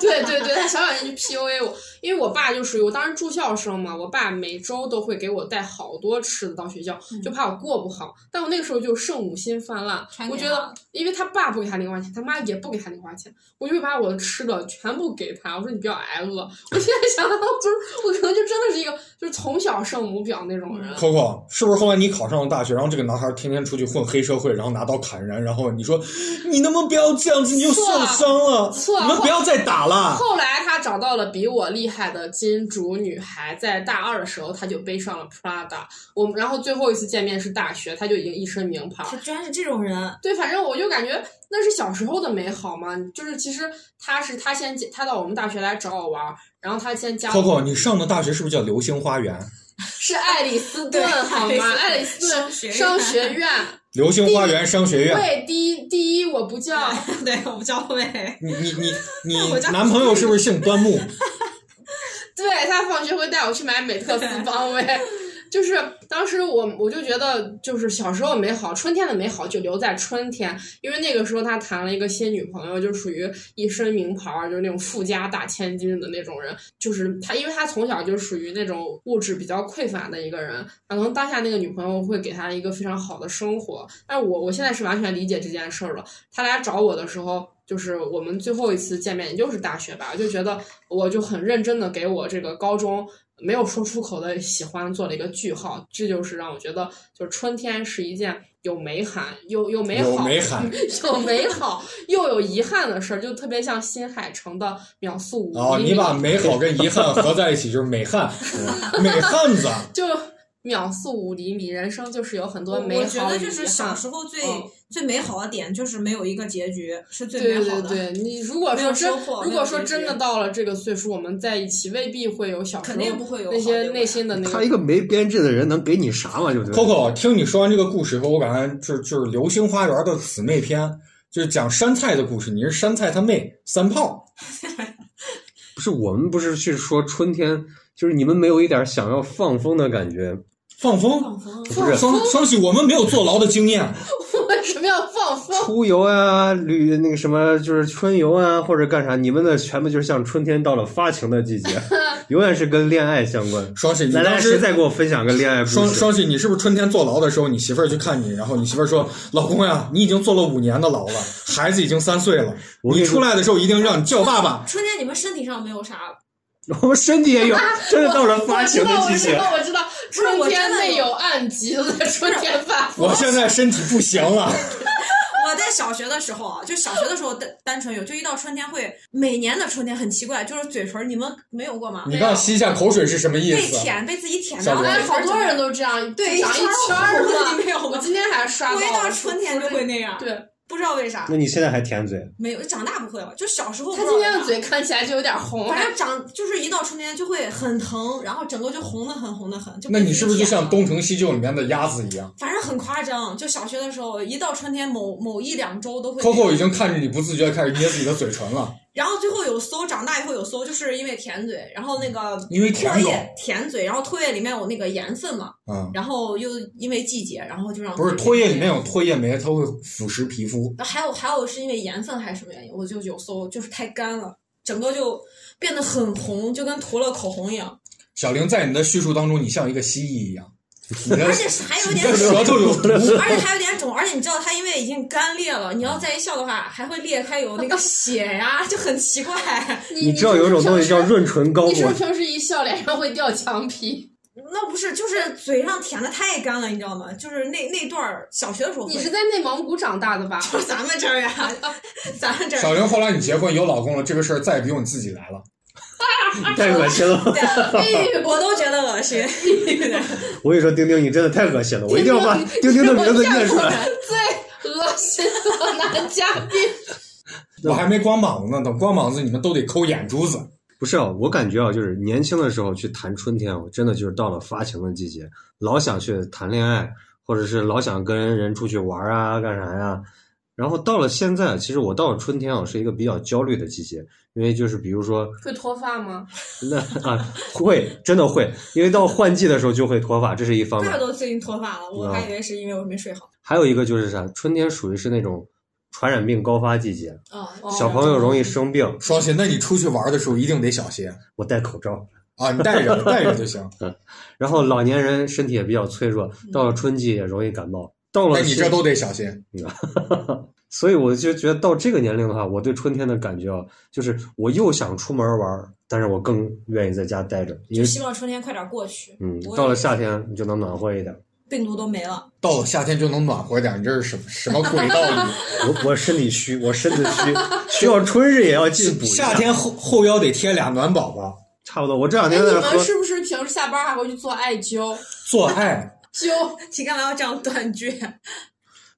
D: 对对对，他小小心就 PUA 我，因为我爸就属于我当时住校生嘛，我爸每周都会给我带好多吃的到学校，
C: 嗯
D: 就怕我过不好。但我那个时候就圣母心泛滥，
C: 传
D: 我
C: 给
D: 觉
C: 他
D: 得因为他爸不给他零花钱，他妈也不给他零花钱，我就会把我的吃的全部给他。我说你不要挨饿。 我现在想到就是我可能就真的是一个就是从小圣母婊那种人。
B: 嗯 Coco，是不是后来你考上了大学，然后这个男孩天天出去混黑社会，然后拿刀砍人，然后你说你能不能不要这样子，你又受伤了，
D: 错了
B: 你们不要再打了。
D: 后来他找到了比我厉害的金主女孩，在大二的时候他就背上了 Prada。我们然后最后一次见面是大学，他就已经一身名牌。
C: 他居然是这种人，啊
D: 对，反正我就感觉那是小时候的美好嘛。就是其实他是他先他到我们大学来找我玩儿，然后他先加我
B: Coco，你上的大学是不是叫流星花园？
D: 是爱丽斯顿
C: 对
D: 好吗？爱
C: 爱
D: 丽
C: 丽
D: 斯
C: 斯
D: 顿
C: 顿
D: 商
C: 商学
D: 学院。
B: 流星花园商学院。
D: 对，第一第一我不叫，
C: 对，我不教会。
B: 你你你你
C: 我叫
B: 男朋友是不是姓端木？
D: 对他放学会带我去买美特斯邦威。就是当时我我就觉得，就是小时候美好，春天的美好就留在春天，因为那个时候他谈了一个新女朋友，就属于一身名牌儿，就是那种富家大千金的那种人。就是他，因为他从小就属于那种物质比较匮乏的一个人，可能当下那个女朋友会给他一个非常好的生活。但是我我现在是完全理解这件事儿了。他来找我的时候，就是我们最后一次见面，也就是大学吧，我就觉得我就很认真的给我这个高中没有说出口的喜欢做了一个句号，这就是让我觉得，就是春天是一件有美好又又美
B: 有
D: 好
B: 美喊
D: 有美好又有遗憾的事儿，就特别像新海诚的秒速五
B: 哦，
D: 厘米
B: 你把美好跟遗憾合在一起就是美 汉，美汉子。
D: 就秒速五厘米，人生就是有很多
C: 我
D: 美好
C: 我觉得
D: 与
C: 就
D: 遗
C: 是
D: 憾
C: 小时候最、
D: 嗯
C: 最美好的点，就是没有一个结局是最
D: 对
C: 美好
D: 对
C: 的。
D: 对，你如果
C: 没
D: 说
C: 有
D: 真
C: 收获，
D: 如
C: 没
D: 果
C: 有
D: 说
C: 结
D: 真的
C: 局
D: 到了这个岁数，我们在一起未必会有小时
C: 肯
D: 候
C: 定不会有
D: 那
C: 好结
D: 些
C: 果
D: 内
C: 呀
D: 心的那
A: 他一个没编制的人能给你啥嘛？对不对
B: Coco，听你说完这个故事以后，我感觉就是就是《流星花园》的姊妹篇，就是讲山菜的故事。你是山菜他妹三炮，
A: 不是我们不是去说春天，就是你们没有一点想要放风的感觉，
B: 放风，
C: 放风，
A: 不是
B: 双双喜，我们没有坐牢的经验，
D: 为什么要放风？
A: 出游啊、旅那个什么，就是春游啊，或者干啥，你们的全部就是像春天到了发情的季节，永远是跟恋爱相关。
B: 双喜，你
A: 来
B: 当
A: 来，
B: 时
A: 谁再给我分享个恋爱故
B: 双
A: 事？
B: 双喜，你是不是春天坐牢的时候，你媳妇儿去看你，然后你媳妇儿说：“老公呀，你已经坐了五年的牢了，孩子已经三岁了，
A: 我跟
B: 你
A: 你说
B: 出来的时候一定让你叫爸爸。
C: 春天你们身体上没有啥，
A: 我们身体也有，真的到了发
D: 我知
A: 情的
D: 道，我
A: 季
D: 知
A: 节。
D: 道，我知道，
C: 是
D: 春
C: 我
D: 天
C: 真的
D: 内
C: 有
D: 有暗疾，在春天发” 疯。
B: 我现在身体不行 了，
C: 我在小学的时候啊，就小学的时候单单纯有，就一到春天会，每年的春天很奇怪，就是嘴唇，你们没有过吗？
B: 你刚吸一下口水是什么意
C: 被
B: 思？
C: 舔，被自己舔，
B: 小
C: 然后
B: 学
D: 哎，好多人
C: 都
D: 都这样，
C: 对
D: 长一
C: 圈
D: 圈
C: 儿
D: 儿
C: 红
D: 嘛。
C: 你没有
D: 我
C: 吗？
D: 今天还刷到
C: 我
D: 了，
C: 一到春天就会那样，
D: 对，
C: 不知道为啥
A: 那，你现在还舔嘴？
C: 没有长大不会了，就小时候不知
D: 他
C: 道
D: 今
C: 为啥。
D: 天的嘴看起来就有点红，哎
C: 反正长就是一到春天就会很疼，然后整个就红的很，红的很。就
B: 那你是不是就像《
C: 冬？
B: 东成西就》里面的鸭子一样
C: 反正很夸张，就小学的时候，一到春天某某一两周都会。
B: ？Coco 已经看着你不自觉地开始捏自己的嘴唇了，
C: 然后最后有馊，长大以后有馊，就是因为舔嘴，然后那个
B: 因为
C: 唾
B: 舔狗
C: 液舔嘴，然后唾液里面有那个盐分嘛，
B: 嗯，
C: 然后又因为季节，然后就让
B: 不是
C: 自己
B: 唾液里面有唾液酶，它会腐蚀皮肤。
C: 还有还有是因为盐分还是什么原因，我就有馊，就是太干了，整个就变得很红，就跟涂了口红一样，
B: 小玲在你的叙述当中，你像一个蜥蜴一样，你
A: 哎
B: 的
C: 而且是还有
B: 你
C: 点
B: 的舌头有毒。
C: 而且还有点肿，而且你知道它因为已经干裂了，你要再一笑的话，还会裂开有那个血呀、就很奇怪。
D: 你
A: 你知道有一种东西叫润唇膏
D: 你是不
A: 吗
D: 是？平时一笑脸上会掉墙 皮？
C: 那不是，就是嘴上舔的太干了，你知道吗？就是那那段儿小学的时候会，
D: 你是在内蒙古长大的 吧？
C: 就是咱们这儿呀、咱们这
B: 小
C: 儿。
B: 玲后来你结婚有老公了，这个事儿再也不用你自己来了。
A: 太恶心了！
C: 对
D: 哎
C: 啊我都觉得恶心。
A: 我跟你说，丁丁，你真的太恶心了！我一定要把丁丁的名字念出来。
D: 最恶心的男嘉宾，
B: 我还没光膀子呢，等光膀子你们都得抠眼珠子。
A: 不是啊，我感觉啊，就是年轻的时候去谈春天，我真的就是到了发情的季节，老想去谈恋爱，或者是老想跟人出去玩啊，干啥呀？然后到了现在，啊其实我到了春天啊，是一个比较焦虑的季节，因为就是比如说
D: 会脱发吗？
A: 那啊会真的会，因为到换季的时候就会脱发，这是一方面
C: 怪。不得最近脱发了，
A: 嗯
C: 我还以为是因为我没睡好。
A: 还有一个就是啥，春天属于是那种传染病高发季节，
C: 啊、
D: 哦
A: 小朋友容易生病，
B: 双喜，那你出去玩的时候一定得小心
A: 我戴口罩。
B: 啊，你带着带着 就行。
A: 然后老年人身体也比较脆弱，到了春季也容易感冒。到了
B: 那你
A: 现
B: 这都得小心。
A: 所以我就觉得到这个年龄的话，我对春天的感觉啊，就是我又想出门玩，但是我更愿意在家待着，因
C: 就
A: 为
C: 希望春天快点过去。
A: 嗯
C: 我，也
A: 到了夏天你就能暖和一点。
C: 病毒都没了，
B: 到了夏天就能暖和点，你这是什么什 么鬼道理？
A: 我我身体虚，我身子虚，需要春日也要进补一下。
B: 夏天后后腰得贴俩暖宝宝，
A: 差不多，我这两
D: 哎，
A: 天
D: 你
A: 在喝
D: 们是不是平时下班还会去做艾灸？
B: 做爱。
D: 灸
C: 你干嘛要这样断句？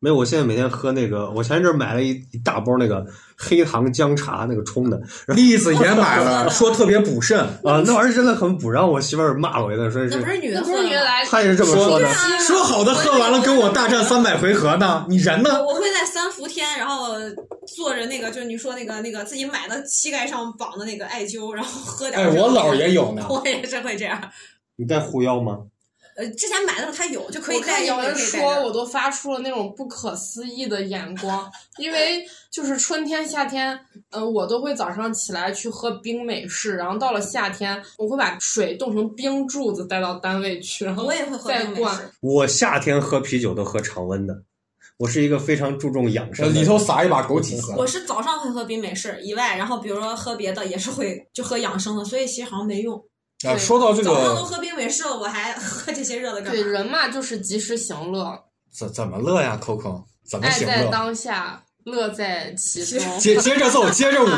A: 没有，我现在每天喝那个，我前一阵儿买了一一大包那个黑糖姜茶，那个冲的，然后
B: 栗子也买了，说特别补肾。
A: 啊、那玩意儿真的很补。然后我媳妇儿骂我一顿，说
C: 那不
A: 是
C: 是女的
D: 那不
C: 喝
D: 是
C: 的
D: 女的
C: 吗？
D: 来，
A: 她也是这么
B: 说
A: 说的。
C: 啊
B: 啊说好的喝完了跟我大战三百回合呢？你人呢？
C: 我我会在三伏天，然后坐着那个，就是你说那个那个自己买的膝盖上绑的那个艾灸，然后喝 点
B: 哎，
C: 儿这个。
B: 我姥儿也有呢。
C: 我也是会这样。
A: 你带护腰吗？
C: 呃之前买的时候它有，就可以
D: 我
C: 带
D: 看
C: 着。
D: 有人
C: 可以带
D: 说，
C: 着
D: 我都发出了那种不可思议的眼光，因为就是春天、夏天，呃，我都会早上起来去喝冰美式，然后到了夏天，我会把水冻成冰柱子带到单位去，然后
C: 我也会喝
D: 再
C: 这种美
D: 灌
C: 式
A: 我夏天喝啤酒都喝常温的，我是一个非常注重养生的
B: 里
A: 人。
B: 头撒一把枸杞丝。
C: 我是早上会喝冰美式以外，然后比如说喝别的也是会就喝养生的，所以其实好像没用。
B: 啊，说到这
C: 早上都
B: 个，
C: 喝冰美式了，我还 喝这些热的干
D: 对
C: 嘛？
D: 人嘛，就是及时行乐，
B: 怎怎么乐呀，Coco？怎么
C: 哎
D: 爱
B: 行
D: 在
B: 乐？
D: 当下，乐在 其中。
B: 接接着奏，接着舞。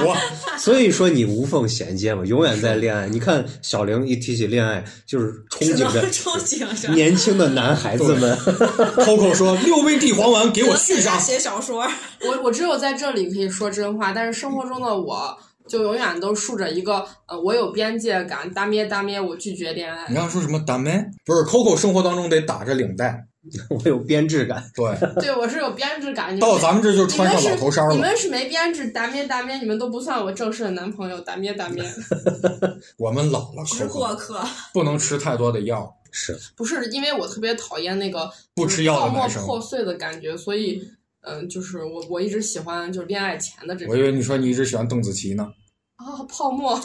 A: 所以说你无缝衔接嘛，永远在恋爱。你看小玲一提起恋爱，就是憧
C: 只
A: 憬
C: 能
A: 着
C: 憧憬着。
A: 年轻的男孩子们。
B: Coco 说：“六味地黄丸给我续 上。
C: 写小说，
D: 我我只有在这里可以说真话，但是生活中的我就永远都竖着一个呃，我有边界感，大咩大咩，我拒绝恋”爱
B: 你。刚刚说什么？打妹？不是 Coco 生活当中得打着领带。
A: 我有编制 感，
B: 对，
D: 对我是有编制感，你
B: 到
D: 们
B: 咱们这就穿上老头衫
D: 你
B: 了。
D: 们是没编制，打咩打咩，你们都不算我正式的男朋友，打咩打咩。
B: 我们老了
C: 只过
B: ，Coco
C: 客。
B: 不能吃太多的药，
A: 是
D: 不是因为我特别讨厌那个
B: 不吃药
D: 泡
B: 的
D: 沫
B: 男生。
D: 破碎的感觉，所以嗯、就是我我一直喜欢就是恋爱前的这
B: 我
D: 个
B: 以为你说你一直喜欢邓紫棋呢。
D: 啊泡沫。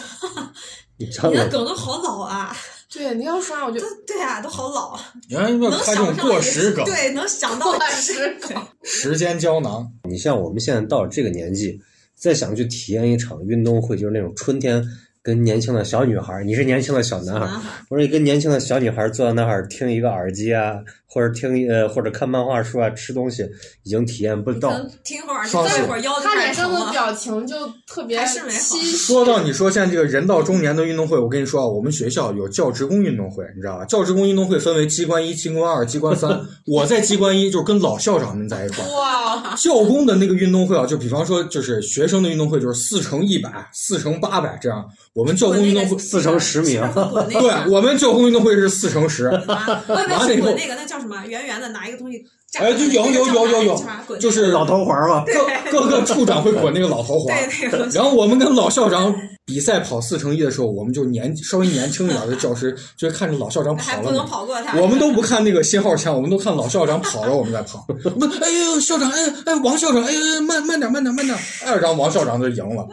A: 你知道
C: 你的
A: 我
C: 梗都好老啊！
D: 对，你要说啊，我就
C: 都对啊，都好老，
B: 人家
C: 能
B: 他这
C: 想
B: 种
C: 上
B: 过时梗，
C: 对，能想到
D: 过时梗。
B: 时间胶囊。
A: 你像我们现在到了这个年纪，再想去体验一场运动会，就是那种春天跟年轻的小女孩，你是年轻的小男孩，
C: 男
B: 啊
C: 孩
A: 或者跟年轻的小女孩坐在那儿听一个耳机啊，或者听呃或者看漫画书啊，吃东西，已经体验不
C: 可
A: 到。
C: 能听会儿，你
B: 双
C: 再
B: 十
C: 一会儿腰就
D: 他
C: 开
D: 脸
C: 始
D: 上
C: 疼
D: 的
C: 了。
D: 表情就特别
C: 还是美好
D: 唏嘘。
B: 说到你说现在这个人到中年的运动会，我跟你说啊，我们学校有教职工运动会，你知道吧？教职工运动会分为机关一、机关二、机关 三。我在机关一，就是跟老校长们在一块儿。
D: 哇，
B: 教工的那个运动会啊，就比方说就是学生的运动会，就是四乘一百、四乘八百这样。我们教工运动会，
A: 四乘十米
C: 是
A: 啊
C: 不是滚那
B: 对
C: 个
B: 我们教工运动会是四乘十。
C: 啊，我以
B: 拿那
C: 为是
B: 个
C: 滚那个，那叫什么？圆圆的，拿一个东西扎。
B: 哎就有有有有有
C: 叫啥滚
B: 就是
A: 老头环嘛，
B: 各各个处长会滚那个老头环，
C: 对那个。
B: 然后我们跟老校长比赛跑四乘一的时候，我们就年稍微年轻一点的教师，就看着老校长
C: 还
B: 跑
C: 不
B: 了
C: 能
B: 没。
C: 跑过 他。
B: 我们都不看那个信号枪，我们都看老校长跑了，我们再跑。 不，哎呦，校长，哎哎，王校长，哎呦，慢慢点，慢点，慢点。哎，然后王校长就赢了。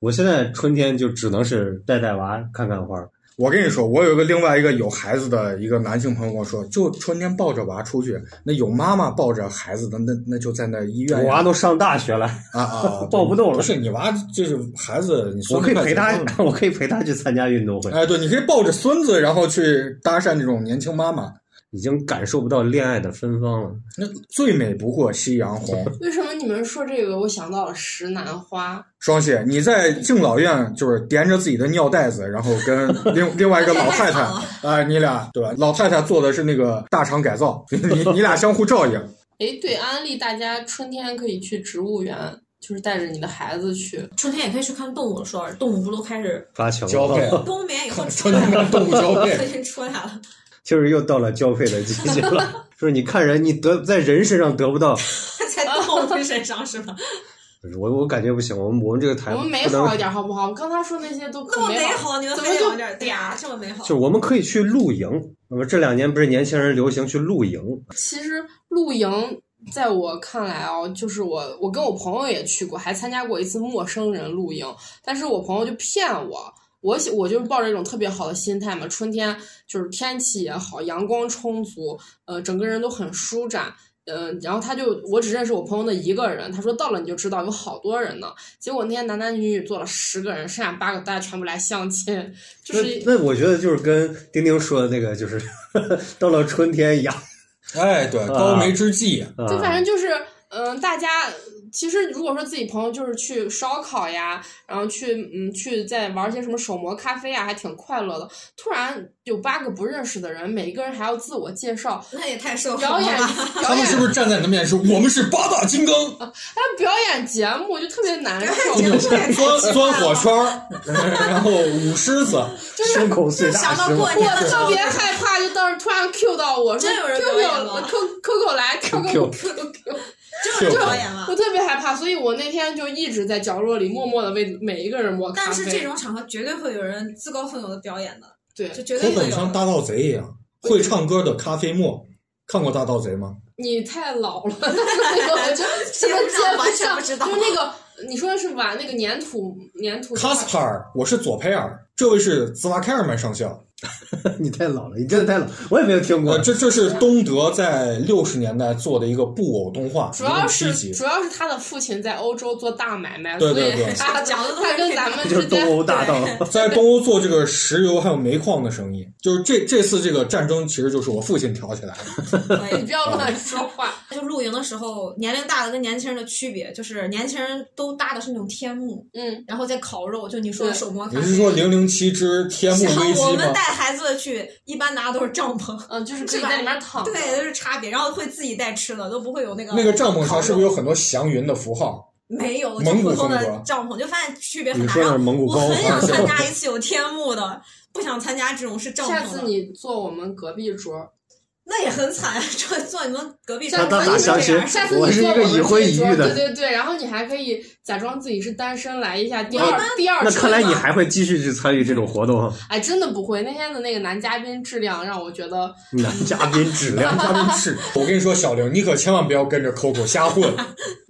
A: 我现在春天就只能是带带娃、看看花儿。
B: 我跟你说，我有一个另外一个有孩子的一个男性朋友跟我说，就春天抱着娃出去，那有妈妈抱着孩子的，那那就在那医院
A: 我娃都上大学 了，
B: 啊啊，
A: 抱不动了
B: 不是你娃就是孩子，你
A: 我
B: 孙
A: 可
B: 子
A: 以
B: 快
A: 陪他
B: 结婚了，
A: 我可以陪他去参加运动会，
B: 哎，对，你可以抱着孙子，然后去搭讪这种年轻妈妈。
A: 已经感受不到恋爱的芬芳了。
B: 那最美不过夕阳红。
D: 为什么你们说这个，我想到了石楠花。
B: 双喜，你在敬老院就是掂着自己的尿袋子，然后 跟另另外一个老太太，啊、你俩对吧？老太太做的是那个大厂改造，你你俩相互照 应。
D: 诶，对，安利大家春天可以去植物园，就是带着你的孩子去。
C: 春天也可以去看动物了，说动物不都开始
A: 发球
B: 交配，
C: 冬眠以后出
B: 春
C: 来
B: 天
C: 了，
B: 跟动物交
C: 最
B: 配，
C: 近出来了，
A: 就是又到了交配的季节 了。就是你看人，你得在人身上得不到，
C: 在动物身上 是吧？
A: 我我感觉不行。我们我们这个台
D: 我们美
A: 不
D: 好一
A: 能，
D: 点好不好？我刚才说那些都可
C: 那么
D: 美
C: 美
D: 好。
C: 好，你们
D: 怎么
C: 非得
D: 就啊
C: 往这儿嗲，这么美好
A: 就是。我们可以去露营。那么这两年不是年轻人流行去露营，
D: 其实露营在我看来哦，就是我我跟我朋友也去过，还参加过一次陌生人露营，但是我朋友就骗我。我喜我就是抱着一种特别好的心态嘛，春天就是天气也好，阳光充足，呃，整个人都很舒展，呃，然后他就我只认识我朋友的一个人，他说到了你就知道有好多人呢，结果那天男男女女坐了十个人，剩下八个大家全部来相亲，就是
A: 那那我觉得就是跟丁丁说的那个，就是 到了春天一样。
B: 哎，对，高梅之
C: 哎
B: 际，
A: 啊
D: 就反正就是，嗯、大家其实如果说自己朋友就是去烧烤呀，然后去嗯去再玩些什么手磨咖啡啊呀，还挺快乐的。突然有八个不认识的人，每一个人还要自我介绍，
C: 那也太社会
D: 表
C: 了
D: 演
C: 吧！
D: 表
B: 他们
D: 演
B: 是不是站在你的面说我们是八大金刚，
D: 还有表演节目，就特别难受。
C: 哎
B: 钻钻火圈儿，然后舞狮子，
A: 胸口碎大
C: 想到
A: 石嘛
C: 过
D: 我
C: 年的时
D: 特
C: 候
D: 别，害怕，就当时突然 Q 到我说
C: 真有人
D: Q
C: 表演
D: Q
C: 吗
D: Q Q Q 来 Q Q
A: Q
D: Q Q Q，
C: 就有人表演嘛
D: 我。特别害怕，所以我那天就一直在角落里默默的为每一个人磨咖啡。
C: 但是这种场合绝对会有人自告奋勇的表演的，
D: 对，
C: 就绝对
B: 口
C: 会
B: 本像
C: 有。
B: 大盗贼一样。会唱歌的咖啡沫，看过《大盗贼》吗？
D: 你太老了， 那个 我就什么接
C: 完全不知道
D: 就是那个你说的是玩那个粘土粘土
B: 卡斯帕尔，我是左佩尔，这位是兹瓦凯尔曼上校。
A: 你太老了，你真的太老，我也没有听过
B: 呃，。这这是东德在六十年代做的一个布偶动画，
D: 主要
B: 一
D: 是
B: 共七集
D: 主要是他的父亲在欧洲做大买卖，
B: 对对
D: 所
B: 对
D: 以他
C: 讲的都是
D: 他跟咱们
A: 就是
D: 之
A: 东
D: 间
A: 欧大盗，
B: 在东欧做这个石油还有煤矿的生意。就是这这次这个战争，其实就是我父亲挑起
D: 哎
B: 来的。
C: 可
D: 你
C: 以
D: 不要乱说话。
C: 就露营的时候，年龄大的跟年轻人的区别就是，年轻人都搭的是那种天幕，
D: 嗯，
C: 然后再烤肉，就你说的手磨
B: 你
C: 咖
B: 是
C: 啡。
B: 说《零零七之天幕危机
C: 像》我们
B: 吗
C: 带？孩子去，一般拿的都是帐篷，
D: 嗯，就是可以在里面躺。
C: 对，都是差别，然后会自己带吃的，都不会有那个
B: 那个帐篷上是不是有很多祥云的符 号？
C: 没有就
B: 蒙古
C: 普通
B: 风
C: 的
B: 格
C: 帐篷，就发现区别很
A: 你
C: 大。
A: 说
C: 然
A: 那
C: 后
A: 是蒙古
C: 我
A: 包
C: 很想
A: 吗？
C: 参加一次有天幕的，不想参加这种是帐
D: 下
C: 篷
D: 次
C: 的，
D: 你坐我们隔壁桌，
C: 那也很惨。坐坐你们隔壁
D: 下
A: 他
C: 帐
D: 次
A: 他
C: 篷
A: 咋想
C: 就这
A: 起
C: 样，
D: 下次
A: 我
D: 你
A: 是一
D: 坐我
A: 个
D: 们
A: 已婚
D: 这
A: 已
D: 一桌
A: 育
D: 对
A: 的，
D: 对对，然后你还可以假装自己是单身来一下第二第二
A: 那
D: 春
A: 看来你
D: 嘛
A: 还会继续去参与这种活动啊。
D: 哎真的不会。那天的那个男嘉宾质量让我觉得
A: 男嘉宾质量
B: 梁家宾是，我跟你说，小玲，你可千万不要跟着 Coco 瞎 混，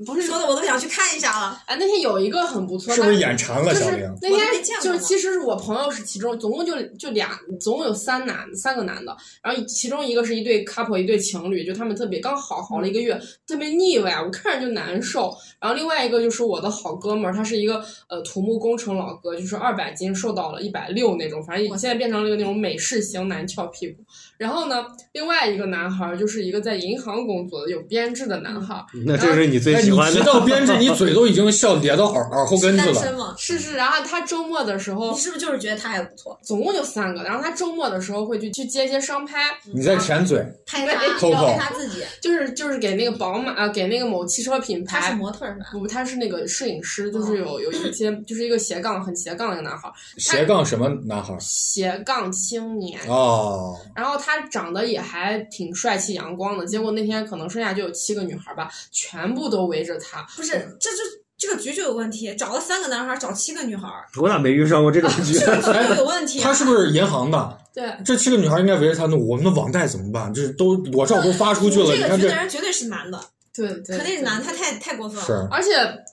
D: 不是
C: 说的我都想去看一下了。
D: 哎那天有一个很不错，
B: 是不是
D: 但
B: 眼馋了？
D: 就
B: 小
D: 是
B: 玲，
D: 那
C: 我还没
D: 天
C: 见过
D: 就是，
C: 呢
D: 其实是我朋友是其中，总共就就俩，总共有三男三个男的，然后其中一个是一对 couple，一对情侣，就他们特别刚好好了一个
C: 嗯
D: 月，特别腻歪，我看着就难受。然后另外一个就是我的好哥们儿，他是一个呃土木工程老哥，就是二百斤瘦到了一百六那种，反正
C: 哇
D: 现在变成了一个那种美式型男翘屁股。然后呢，另外一个男孩儿就是一个在银行工作的有编制的男孩儿，
A: 那这是你最
B: 哎，
A: 喜
B: 你
A: 欢
B: 提
A: 的。
B: 到编制，你嘴都已经笑咧到耳耳后根子
C: 单
B: 了。
C: 身 吗？
D: 是啊是，然后他周末的时候
C: 你。是不是就是觉得他还不错？
D: 总共就三个，然后他周末的时候会去去接一些商拍，
B: 你在舔嘴，
C: 拍他，
B: Coco
C: 要拍他自己，
D: 就是就是给那个宝马，呃，给那个某汽车品
C: 他哦是
D: 牌。
C: 模特儿是吧？
D: 不，他是那个摄影师，就是有有一些，就是一个斜杠很斜杠的一个男孩儿，
B: 斜杠什么男孩？
D: 斜杠青年。
B: 哦，
D: 然后他长得也还挺帅气阳光的，结果那天可能剩下就有七个女孩儿吧，全部都围着他。
C: 不是，这就这个局就有问题，找了三个男孩儿，找七个女孩儿，
A: 我咋没遇上过这种局？
C: 这个局就有问题啊。
B: 他是不是银行的？
D: 对，
B: 这七个女孩应该围着他弄，我们的网贷怎么办？这都裸照都发出去了，你 看这
C: 这个局的人绝对是男的，
D: 对对，
C: 肯定
D: 对
C: 是男的，他太太过分了。
B: 是
D: 而且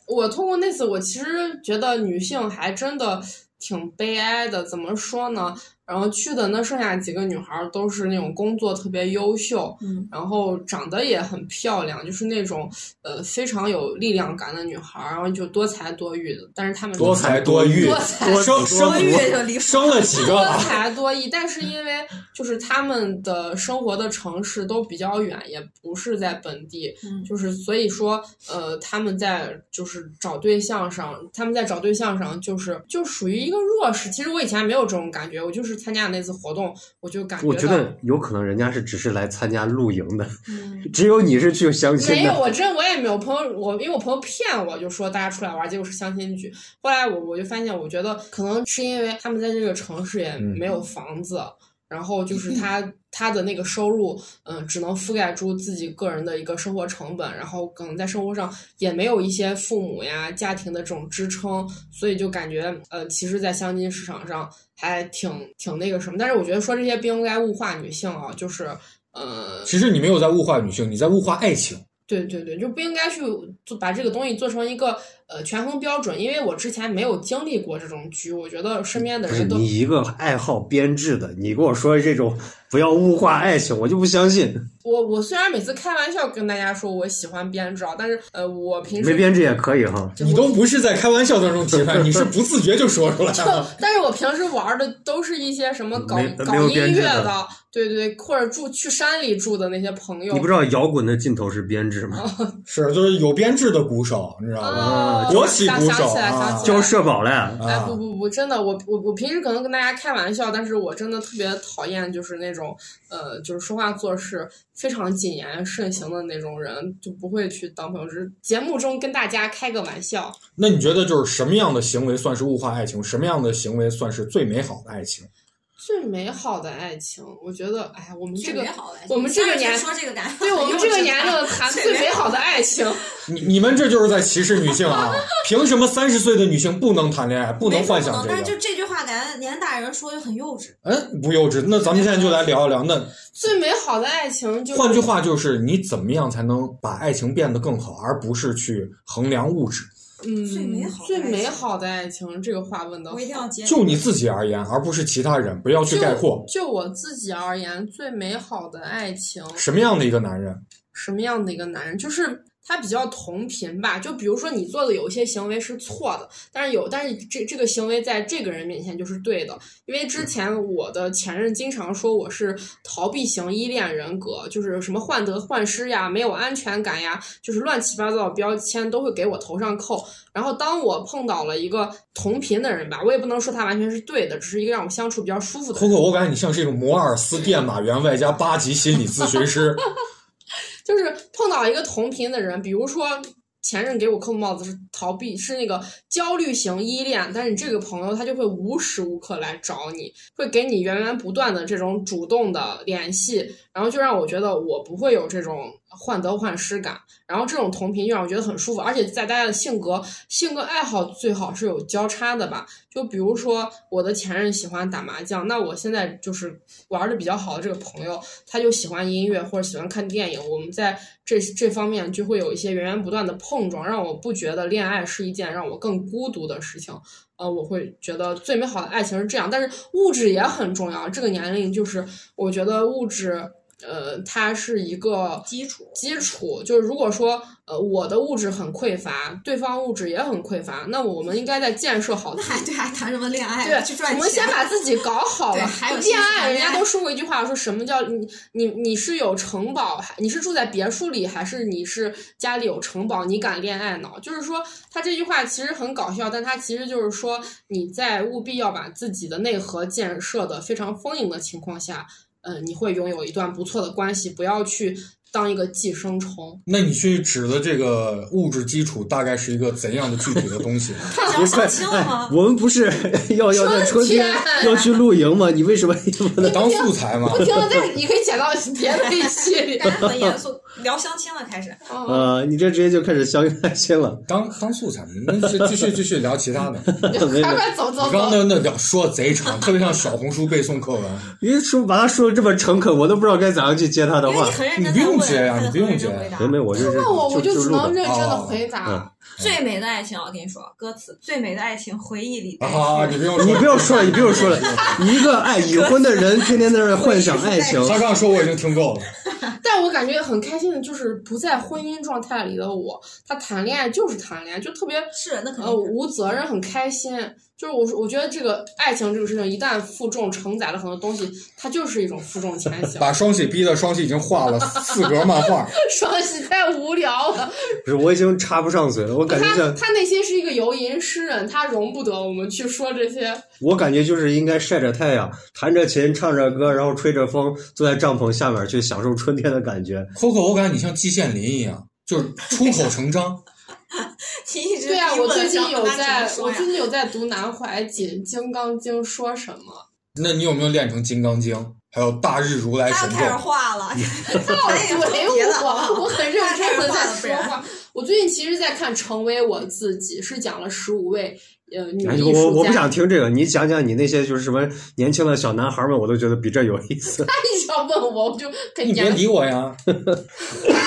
D: 我通过那次，我其实觉得女性还真的挺悲哀的。怎么说呢？然后去的那剩下几个女孩儿都是那种工作特别优秀，
C: 嗯，
D: 然后长得也很漂亮，就是那种呃非常有力量感的女孩儿，然后就多才多艺的。但是她们
B: 多才多艺
D: 多才
A: 多
B: 生
A: 子多
B: 生
C: 多
A: 福
C: 月就离谱
B: 生了几个
D: 多
B: 啊？
D: 才多艺，但是因为就是他们的生活的城市都比较远，也不是在本地，
C: 嗯
D: 就是所以说，呃，他们在就是找对象上，他们在找对象上就是就属于一个弱势。其实我以前没有这种感觉，我就是参加那次活动，我就感
A: 我
D: 觉
A: 觉
D: 到
A: 得有可能人家是只是来参加露营的，
C: 嗯，
A: 只有你是去相亲
D: 没有，
A: 的。
D: 我真我也没有朋友，我因为我朋友骗我，就说大家出来玩，结果是相亲局。后来我我就发现，我觉得可能是因为他们在这个城市也
B: 嗯
D: 没有房子，然 后就是他、他的那个收入，嗯、只能覆盖住自己个人的一个生活成本，然后可能在生活上也没有一些父母呀、家庭的这种支撑，所以就感觉呃，其实，在相亲市场上还挺挺那个什么。但是我觉得说这些不应该物化女性啊，就是。呃，
B: 其实你没有在物化女性，你在物化爱情。
D: 对对对，就不应该去做把这个东西做成一个呃权衡标准，因为我之前没有经历过这种局，我觉得身边的
A: 不是
D: 人都
A: 你一个爱好编制的，你跟我说这种不要物化爱情，我就不相信。
D: 我我虽然每次开玩笑跟大家说我喜欢编制啊，但是呃我平时
A: 没编制也可以哈。
B: 你都不是在开玩笑当中提出来，你是不自觉就说出来
D: 就
B: 了。
D: 但是我平时玩的都是一些什么搞
A: 啊没没
D: 搞
A: 有
D: 音
A: 编制
D: 乐
A: 的
D: 的，对对，或者住去山里住的那些朋友
A: 你不知道摇滚的尽头是编制吗？
B: 是，就是有编制的鼓手，你知道吗？
D: 啊，
B: 国企
D: 想
B: 鼓
D: 想
B: 手
D: 起来
B: 啊
D: 想起来
A: 交。社保嘞，
D: 哎，
B: 啊
D: 不，不不，真的，我我我平时可能跟大家开玩笑，但是我真的特别讨厌就是那种呃，就是说话做事非常谨言慎行的那种人，就不会去当朋友。只是节目中跟大家开个玩笑，
B: 那你觉得就是什么样的行为算是物化爱情？什么样的行为算是最美好的爱情？
D: 最美好的爱情，我觉得，哎呀，我们这个
C: 别好了，
D: 我们这个
C: 你三
D: 年
C: 十岁说这个感觉，
D: 对我们这个
C: 很幼稚
D: 年 龄谈
C: 最
D: 最
C: 美
D: 美
C: 好
D: 好的爱情，
B: 你你们这就是在歧视女性啊！ 凭什么三十岁的女性不能谈恋爱， 不能
C: 没说
B: 幻
C: 不
B: 想
C: 能，
B: 这
C: 但是
B: 个？
C: 就这句话，感觉年大人说就很 幼稚。
B: 嗯，不幼稚。那咱们现在就来聊一聊，那
D: 最美好的爱 情就是
B: 换句话就是，你怎么样才能把爱情变得更好，而不是去衡量物质？
D: 嗯，
C: 最美好的
D: 最
C: 爱
D: 美
C: 情
D: 好的爱情这个话问的
C: 我一定要接
B: 就你自己而言，而不是其他人，不要去概括
D: 就我自己而言，最美好的爱情，
B: 什么样的一个男人。
D: 什么样的一个男人？就是他比较同频吧。就比如说你做的有一些行为是错的，但是有，但是这这个行为在这个人面前就是对的。因为之前我的前任经常说我是逃避型依恋人格，就是什么患得患失呀，没有安全感呀，就是乱七八糟的标签都会给我头上扣。然后当我碰到了一个同频的人吧，我也不能说他完全是对的，只是一个让我相处比较舒服的人。
B: 扣扣，我感觉你像是一个摩尔斯电码员外加八级心理咨 询师。
D: 就是碰到一个同频的人，比如说前任给我扣的帽子是逃避，是那个焦虑型依恋，但是你这个朋友他就会无时无刻来找你，会给你源源不断的这种主动的联系，然后就让我觉得我不会有这种患得患失感，然后这种同频就让我觉得很舒服，而且在大家的性格、性格爱好最好是有交叉的吧。就比如说我的前任喜欢打麻将，那我现在就是玩的比较好的这个朋友，他就喜欢音乐或者喜欢看电影，我们在这这方面就会有一些源源不断的碰撞，让我不觉得恋爱是一件让我更孤独的事情。呃，我会觉得最美好的爱情是这样，但是物质也很重要。这个年龄就是我觉得物质。呃，它是一个
C: 基础
D: 基础就是如果说呃我的物质很匮乏，对方物质也很匮乏，那我们应该在建设好
C: 那
D: 自己
C: 还对还谈什么恋爱？
D: 对，
C: 去赚钱。
D: 我们哎先把自己搞好
C: 对
D: 了。
C: 还有哎
D: 恋
C: 兴趣
D: 爱，
C: 谈
D: 人
C: 恋
D: 家
C: 爱
D: 都说过一句话，说什么叫你你你是有城堡，还你是住在别墅里，还是你是家里有城堡，你敢恋爱脑？就是说，他这句话其实很搞笑，但他其实就是说你在务必要把自己的内核建设的非常丰盈的情况下，嗯、你会拥有一段不错的关系，不要去当一个寄生虫。
B: 那你去指的这个物质基础大概是一个怎样的具体的 东西？
C: 他想
A: 你
C: 要
A: 快
C: 相亲了
A: 哎
C: 吗，？
A: 我们不是要要在春天
D: 春天
A: 要去露营吗？你为什么要 不能？
B: 当素材嘛
D: 不。停的在，你可以剪到别的地区 里。
B: 哎
C: 感觉很严肃，聊相亲了开始。
D: 嗯
A: 呃，你这直接就开始相约爱心了。
B: 当当素材，那是继续继续聊其他 的。你
A: 没有
D: 快快走走
B: 刚刚
D: 走！
B: 那那聊说贼长，特别像小红书背诵课文。
A: 你说把他说的这么诚恳，我都不知道该怎样去接他的
C: 因为
A: 话
C: 你。很认
B: 你
C: 真在
B: 不用
C: 问，
B: 接呀
C: 他
B: 你
C: 就
B: 不用
C: 很认
B: 接
C: 真回答
A: 没。没，我这是
D: 那我我
A: 就
D: 只
A: 录
D: 能
A: 的。
D: 认真的
B: 哦
D: 回答。
A: 嗯
C: 最美的爱情，我跟你说，歌词最美的爱情，回忆里带去
B: 啊，你不用说，
A: 你不要说了，你不要说了，一个爱已婚的人天天在那儿幻想爱 情，
B: 他刚刚说我已经听够了。
D: 但我感觉很开心的就是不在婚姻状态里的我，他谈恋爱就是谈恋爱，就特别
C: 是那肯定
D: 呃
C: 是。
D: 无责任，很开心。就是我我觉得这个爱情这个事情，一旦负重承载了很多东西，它就是一种负重前行。
B: 把双喜逼的双喜已经画了四格漫画，
D: 双喜太无聊了，
A: 不是我已经插不上嘴了，我感觉
D: 他
A: 像
D: 他内心是一个游吟诗人，他容不得我们去说这些。
A: 我感觉就是应该晒着太阳，弹着琴，唱着歌，然后吹着风，坐在帐篷下面去享受春天的感觉。
B: Coco，我感觉你像季羡林一样，就是出口成章。
C: 你一直
D: 对啊，
C: 逼
D: 我
C: 问
D: 最近
C: 想
D: 有
C: 跟他
D: 在
C: 怎么，说
D: 我
C: 呀
D: 最近有在读南怀瑾《金刚经》，说什么？
B: 那你有没有练成《金刚经》，还有《大日如来
C: 他
B: 神
C: 又
B: 咒
C: 开始》？画了，他也
D: 怼
C: 特别的啊
D: 哎我，我很认真的在说
C: 太坏
D: 话。我最近其实，在看《成为我自己》，是讲了十五位呃女
A: 哎
D: 艺术家。
A: 我我不 想听这个，你讲讲你那些就是什么年轻的小男孩们，我都觉得比这有意思。
D: 他一直要问我，我就跟
B: 你别理我呀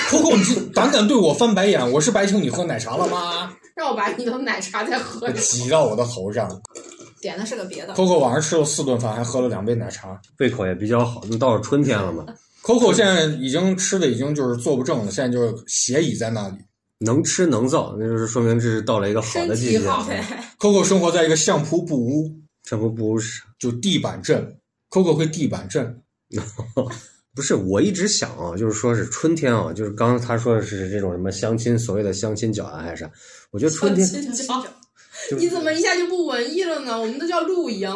B: ！Coco，你这胆敢对我翻白眼，我是白请你喝奶茶了吗？
D: 让我把你的奶茶再喝
B: 我
D: 一口。
B: 挤到我的头上。
C: 点的是个别的。
B: Coco 晚上吃了四顿饭，还喝了两杯奶茶。
A: 胃口也比较好，那到了春天了 嘛，
B: Coco 现在已经吃的已经就是坐不正了，现在就是斜倚在那里。
A: 能吃能造，那就是说明这是到了一个好的季
D: 身体
A: 节。
D: 好
B: Coco 生活在一个相扑布屋，
A: 这不不是
B: 就地板震。Coco 会地板震，
A: 不是，我一直想啊，就是说是春天啊，就是刚刚他说的是这种什么相亲，所谓的相亲角啊还是啥？我觉得春天 就
D: 你怎么一下就不文艺了呢？我们那叫露营，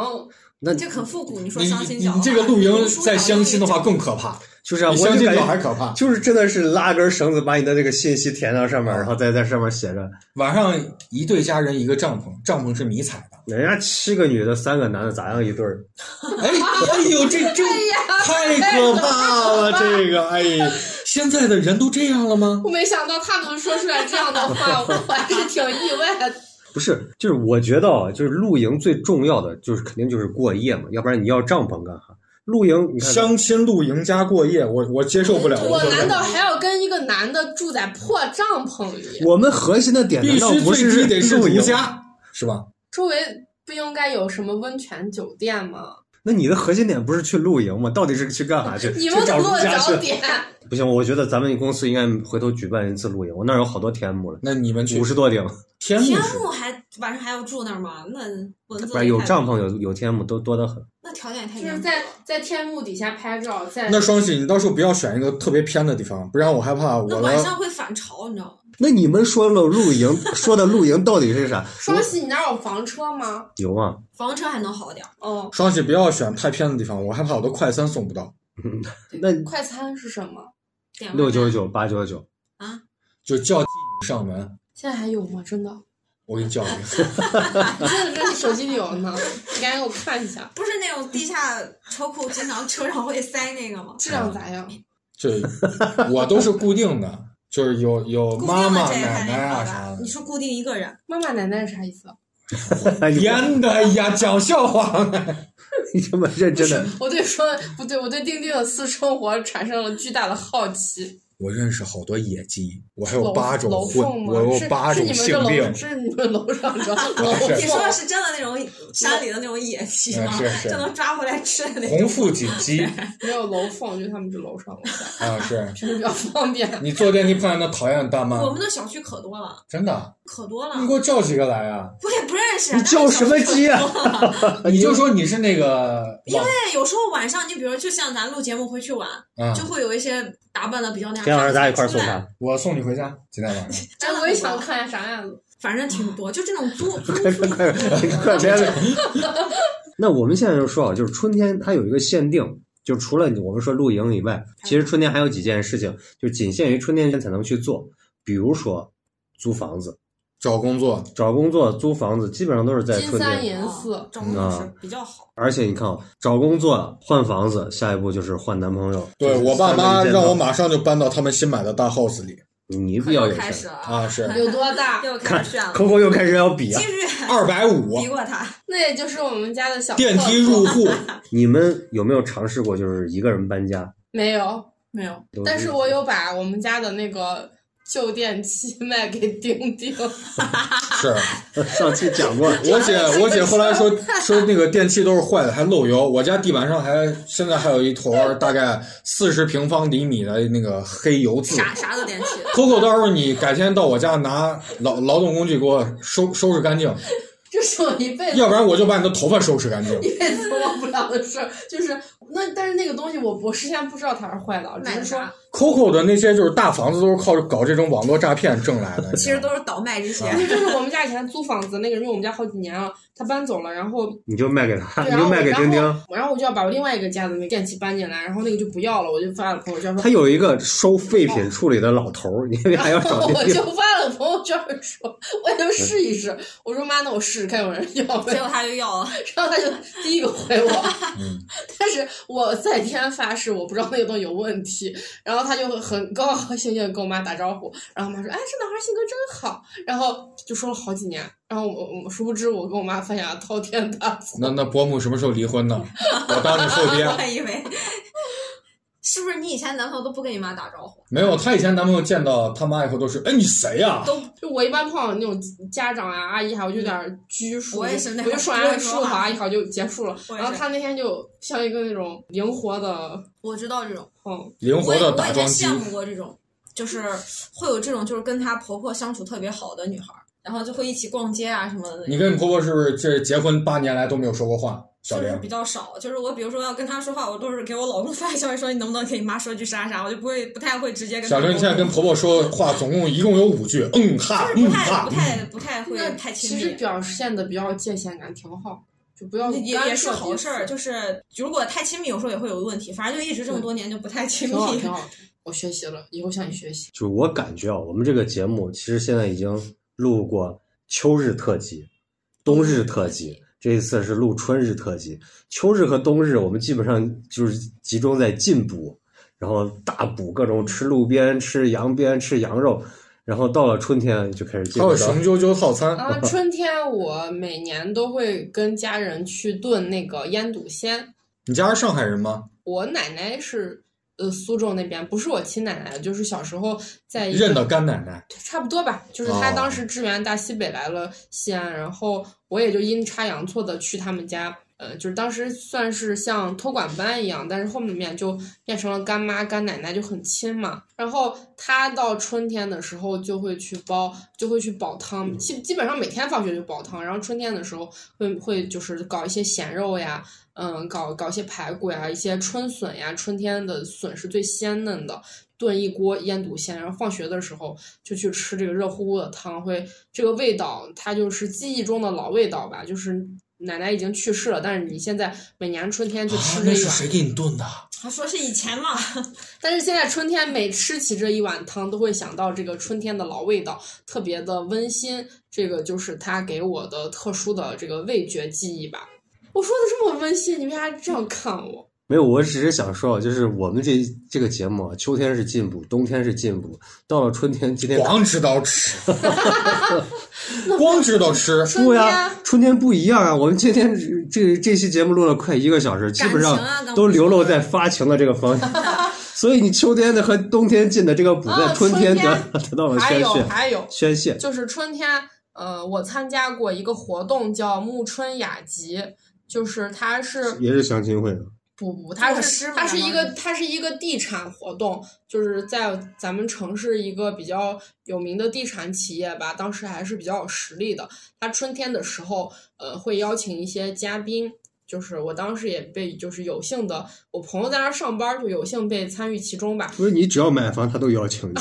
A: 那
C: 这很复古，你说
B: 你
C: 相亲
B: 你
C: 角，
B: 你这个露营再相亲的话更可怕。
A: 就是啊，
B: 比
A: 我
B: 相
A: 就
B: 亲
A: 感
B: 角还
A: 觉
B: 可怕。
A: 就是真的是拉根绳子把你的这个信息填到上面，然后再在上面写着，
B: 晚上一对家人一个帐篷，帐篷是迷彩的。
A: 人家七个女的三个男的咋样一对儿？
B: 哎哎呦，这这太
A: 可怕了，这个哎，
B: 现在的人都这样了吗？
D: 我没想到他能说出来这样的话，我还是挺意外 的。
A: 不是，就是我觉得啊，就是露营最重要的就是肯定就是过夜嘛，要不然你要帐篷干啥？露营你看
B: 相亲露营加过夜，我我接受不了。
D: 我
B: 说
D: 难道还要跟一个男的住在破帐篷里？
A: 我们核心的点
B: 必
A: 难道
B: 须
A: 不
B: 最低得是
A: 露
B: 儒
A: 营？
B: 家是吧？
D: 周围不应该有什么温泉酒店吗？
A: 那你的核心点不是去露营吗？到底是去干啥去？
D: 你
A: 去
D: 们
A: 找
D: 落
A: 儒家
D: 脚
A: 去？
D: 点，
A: 不行，我觉得咱们公司应该回头举办一次露营，我那儿有好多天幕了，
B: 那你们去
A: 五十多顶，
B: 天幕
C: 天
B: 是
C: 幕还晚上还要住那儿吗？那蚊子
A: 不然有
C: 太
A: 帐篷有有天幕都多得很。
C: 那条件也太
D: 就
C: 严
D: 是
C: 格了
D: 在在天幕底下拍照，在
B: 那双喜，你到时候不要选一个特别偏的地方，不然我害怕我
C: 那晚
B: 的。
C: 上会反潮，你知道吗？
A: 那你们说了露营， 说的露营到底是啥？
D: 双喜，你那儿有房车吗？
A: 有啊，
C: 房车还能好点儿，
D: 哦，
B: 双喜，不要选太偏的地方，我害怕我的快餐送不到。
A: 那
D: 快餐是什么？
C: 点外卖
A: 六九九八九 九，
B: 就叫你上门，
D: 现在还有吗？真的？
B: 我给你叫一个。
D: 真的真的手机里有呢，你赶紧给我看一下，
C: 不是那种地下车库，经常车上会塞那个吗？
D: 质量咋样？
B: 就我都是固定的，就是有有
C: 固定
B: 妈
C: 的
B: 妈、
C: 这个
B: 奶
C: 还
B: 奶
C: 能
B: 啊
C: 好
B: 啥
C: 吧？
B: 的
C: 你。说固定一个人，
D: 妈妈奶奶是啥意思？ 啊
B: 编的，哎呀，讲笑话。
A: 你这么认真的，
D: 我对说不对，我对丁丁的私生活产生了巨大的好奇。
B: 我认识好多野鸡，我还有
D: 楼
B: 八种
D: 楼
B: 婚，
D: 凤吗？
B: 我有
D: 是
B: 八种
D: 是
B: 性
D: 你们这
B: 病
D: 楼，是你们楼 上的楼
B: 是
C: 你说的
D: 凤。
C: 是真的那种山里的那种野鸡
B: 嗯
C: 吗？
B: 是是
C: 就能抓回来吃的那种。
B: 红腹锦 鸡
D: 没有楼凤，就他们这楼上 楼下，
B: 啊，是
D: 平时比较方便。
B: 你坐电梯碰见那讨厌的大妈
C: 我，们的小区可多了，
B: 真的，
C: 可多了
B: 啊你，给我叫几个来啊？
C: 我也不认识啊。
A: 你叫什么鸡 啊？
D: 呃
B: 你就说你是那个
C: 因
B: 网
C: 为有时候晚上，你比如就像咱录节目回去晚，
A: 嗯
B: 啊
C: 就，会有一些打扮的比较那样。
A: 天晚上咱俩一块儿
C: 出
A: 送
C: 来
A: 他，
B: 我送你回家，今 天晚上。
D: 哎
C: 真，的
D: 我也
C: 很
D: 想
C: 多
D: 看一下啥样 子。
C: 反正挺多，就这种 租租
A: 快快快 快别！那我们现在就说啊，就是春天它有一个限定，就除了你我们说露营以外，其实春天还有几件事情，就仅限于春天才能去做，比如说租房子、
B: 找工作，
A: 找工作、租房子，基本上都是在
D: 金
A: 春
D: 三
A: 天。
D: 银四，
C: 找工作是比较好。
A: 而且你看啊，找工作、换房子，下一步就是换男朋友。
B: 对我爸妈
A: 三个一间
B: 让我
A: 房，
B: 马上就搬到他们新买的大 house 里
A: 你比较有
C: 开
A: 钱
C: 始。了
B: 啊，，是
D: 有多大？
C: 又开始炫了，
A: ，Coco 又开始要比啊
C: 继！续
B: 二百五
C: 敌，过他。
D: 那也就是我们家的小
B: 电
D: 厕
B: 梯
D: 所
B: 入户，
A: 你们有没有尝试过就是一个人搬家？
D: 没有，
C: 没有，
A: 都
D: 但是我有把我们家的那个旧电器 卖给丁 丁，
B: 是
A: 上期讲 过，
B: 我姐，我姐后 来说说那个电器都是坏的，还漏油。我家地板上还现在还有一坨大概四十平方厘米的那个黑油渍。
C: 啥啥都点 起。
B: Coco，到时候你改天到我家拿劳劳动工具给我收收拾干 净，
D: 这是我一辈子
B: 要不然我就把你的头发收拾干净。
D: 一辈子都忘不了的事儿。就是那，但是那个东西我我事先不知道它是坏的，只
C: 买
D: 是
C: 的
D: 说
C: 啥？
B: Coco 的那些就是大房子都是靠搞这种网络诈骗挣来的，
C: 其实都是倒卖这些。
A: 啊
D: 因为就是我们家以前租房子，那个人住我们家好几年了，他搬走了，然后
A: 你就卖给他，你
D: 对然后
A: 就卖给丁
D: 然
A: 丁。
D: 我然后我就要把我另外一个家的那个电器搬进来，然后那个就不要了，我就发了朋友圈说
A: 他，有一个收废品处理的老头儿，你为啥要找
D: 我
A: 丁
D: 就
A: 丁？
D: 发了朋友圈说，我也能试一试。我说妈，那我试试看有人要不
C: 结
D: 要。
C: 果他 就要了，
D: 然后他就第一个回我，
B: 嗯
D: 但是我在天发誓，我不知道那个东西有问题。然后他就很高高兴兴地跟我妈打招呼，然后我妈说：“哎，这男孩性格真好。”然后就说了好几年。然后我我殊不知，我跟我妈犯下了滔天大错。
B: 那那伯母什么时候离婚呢？我当你后
C: 我
B: 爹。
C: 还以为。是不是你以前男朋友都不跟你妈打招呼？
B: 没有，她以前男朋友见到他妈以后都是，哎，你谁呀、
C: 都
D: 就我一般碰到那种家长啊、阿姨还我就有点拘束，
C: 我也是那
D: 我就
C: 种
D: 说
C: 不
D: 完
C: 会
D: 叔
C: 说
D: 叔
C: 话
D: 阿姨好就结束了。
C: 我也
D: 然后
C: 是
D: 他那天就像一个那种灵活的，
C: 我知道这种，
D: 嗯，
B: 灵
C: 我
B: 活
C: 也
B: 的
C: 我
B: 打
C: 以
B: 桩
C: 前
B: 机
C: 羡。慕过这种，就是会有这种就是跟她婆婆相处特别好的女孩儿，然后就会一起逛街啊什么的。
B: 你跟你婆婆是不是这结婚八年来都没有说过话？小
C: 就是
B: 玲，
C: 比较少，就是我比如说要跟她说话，我都是给我老公发消息说你能不能给你妈说句啥啥，我就不会不太会直接跟她
B: 小玲，你现在跟
C: 沟通
B: 婆婆说话总共一共有五句，嗯哈，
C: 就是
B: 嗯
C: 不太
B: 哈
C: 不，太不太会
D: 那
C: 太亲
D: 其实
C: 密。
D: 表现的比较界限感挺好。就不要
C: 也
D: 干
C: 也是
D: 涉
C: 好
D: 彼
C: 事儿，
D: 此
C: 就是如果太亲密，有时候也会有问题。反正就一直这么多年就不太亲密
D: 挺。好，挺好。 我学习了，以后向你学习。
A: 就是我感觉啊，我们这个节目其实现在已经录过秋日特辑、冬日特辑，这一次是录春日特辑。秋日和冬日我们基本上就是集中在进补，然后大补各种吃路边、吃羊鞭、吃羊肉，然后到了春天就开始进
B: 还
A: 入
B: 有
A: 到
B: 雄赳赳套
C: 嗯
B: 餐，
D: 啊，春天我每年都会跟家人去炖那个腌笃鲜。
B: 你家是上海人吗？
D: 我奶奶是呃苏州那边，不是我亲奶奶，就是小时候
C: 哎
D: 在一个
B: 认得干奶奶，
D: 差不多吧，就是他
B: 哦
D: 当时支援大西北来了西安，然后我也就阴差阳错的去他们家，呃，就是当时算是像托管班一样，但是后面就变成了干妈干奶奶就很亲嘛。然后他到春天的时候就会去煲，就会去煲汤，基基本上每天放学就煲汤，然后春天的时候会会就是搞一些咸肉呀。嗯，搞搞一些排骨呀，一些春笋呀，春天的笋是最鲜嫩的，炖一锅腌笃鲜，然乎放学的时候就去吃这个热乎乎的汤，会这个味道，它就是记忆中的老味道吧，就是。奶奶已经去世了，但是你现在每年春天
B: 啊
A: 啊
D: 就吃这一碗，
B: 给你炖的？啊
C: 他说是以前嘛，
D: 但是现在春天每吃起这一碗汤，都会想到这个春天的老味道，特别的温馨。这个就是它给我的特殊的这个味觉记忆吧。我说的这么温馨，你为啥这样看我？
A: 没有，我只是想说啊，就是我们这这个节目啊，秋天是进补，冬天是进补，到了春天，今天
B: 光知道 吃，光知道吃，
D: 春
A: 对
D: 天、
A: 呀、春啊天不一样啊！我们今天这这期节目录了快一个小时，基
C: 情啊
A: 本上
C: 感情
A: 都流露在发情的这个 方向。所以你秋天的和冬天进的这个补，
D: 啊
A: 在哦春天得、
D: 春
A: 得到了
D: 还
A: 宣
D: 有
A: 泄，
D: 还有，
A: 宣泄。
D: 就是春天，呃，我参加过一个活动叫暮春雅集，就是它是
A: 也是相亲会的，
D: 不不，它
C: 作
D: 哦是
C: 诗
D: 它
C: 吧
D: 是一
C: 然
D: 个
C: 后
D: 它是一个地产活动，就是在咱们城市一个比较有名的地产企业吧，当时还是比较有实力的。它春天的时候，呃，会邀请一些嘉宾。就是我当时也被，就是有幸的，我朋友在那儿上班，就有幸被参与其中吧。
A: 不是你只要买房，他都邀请你。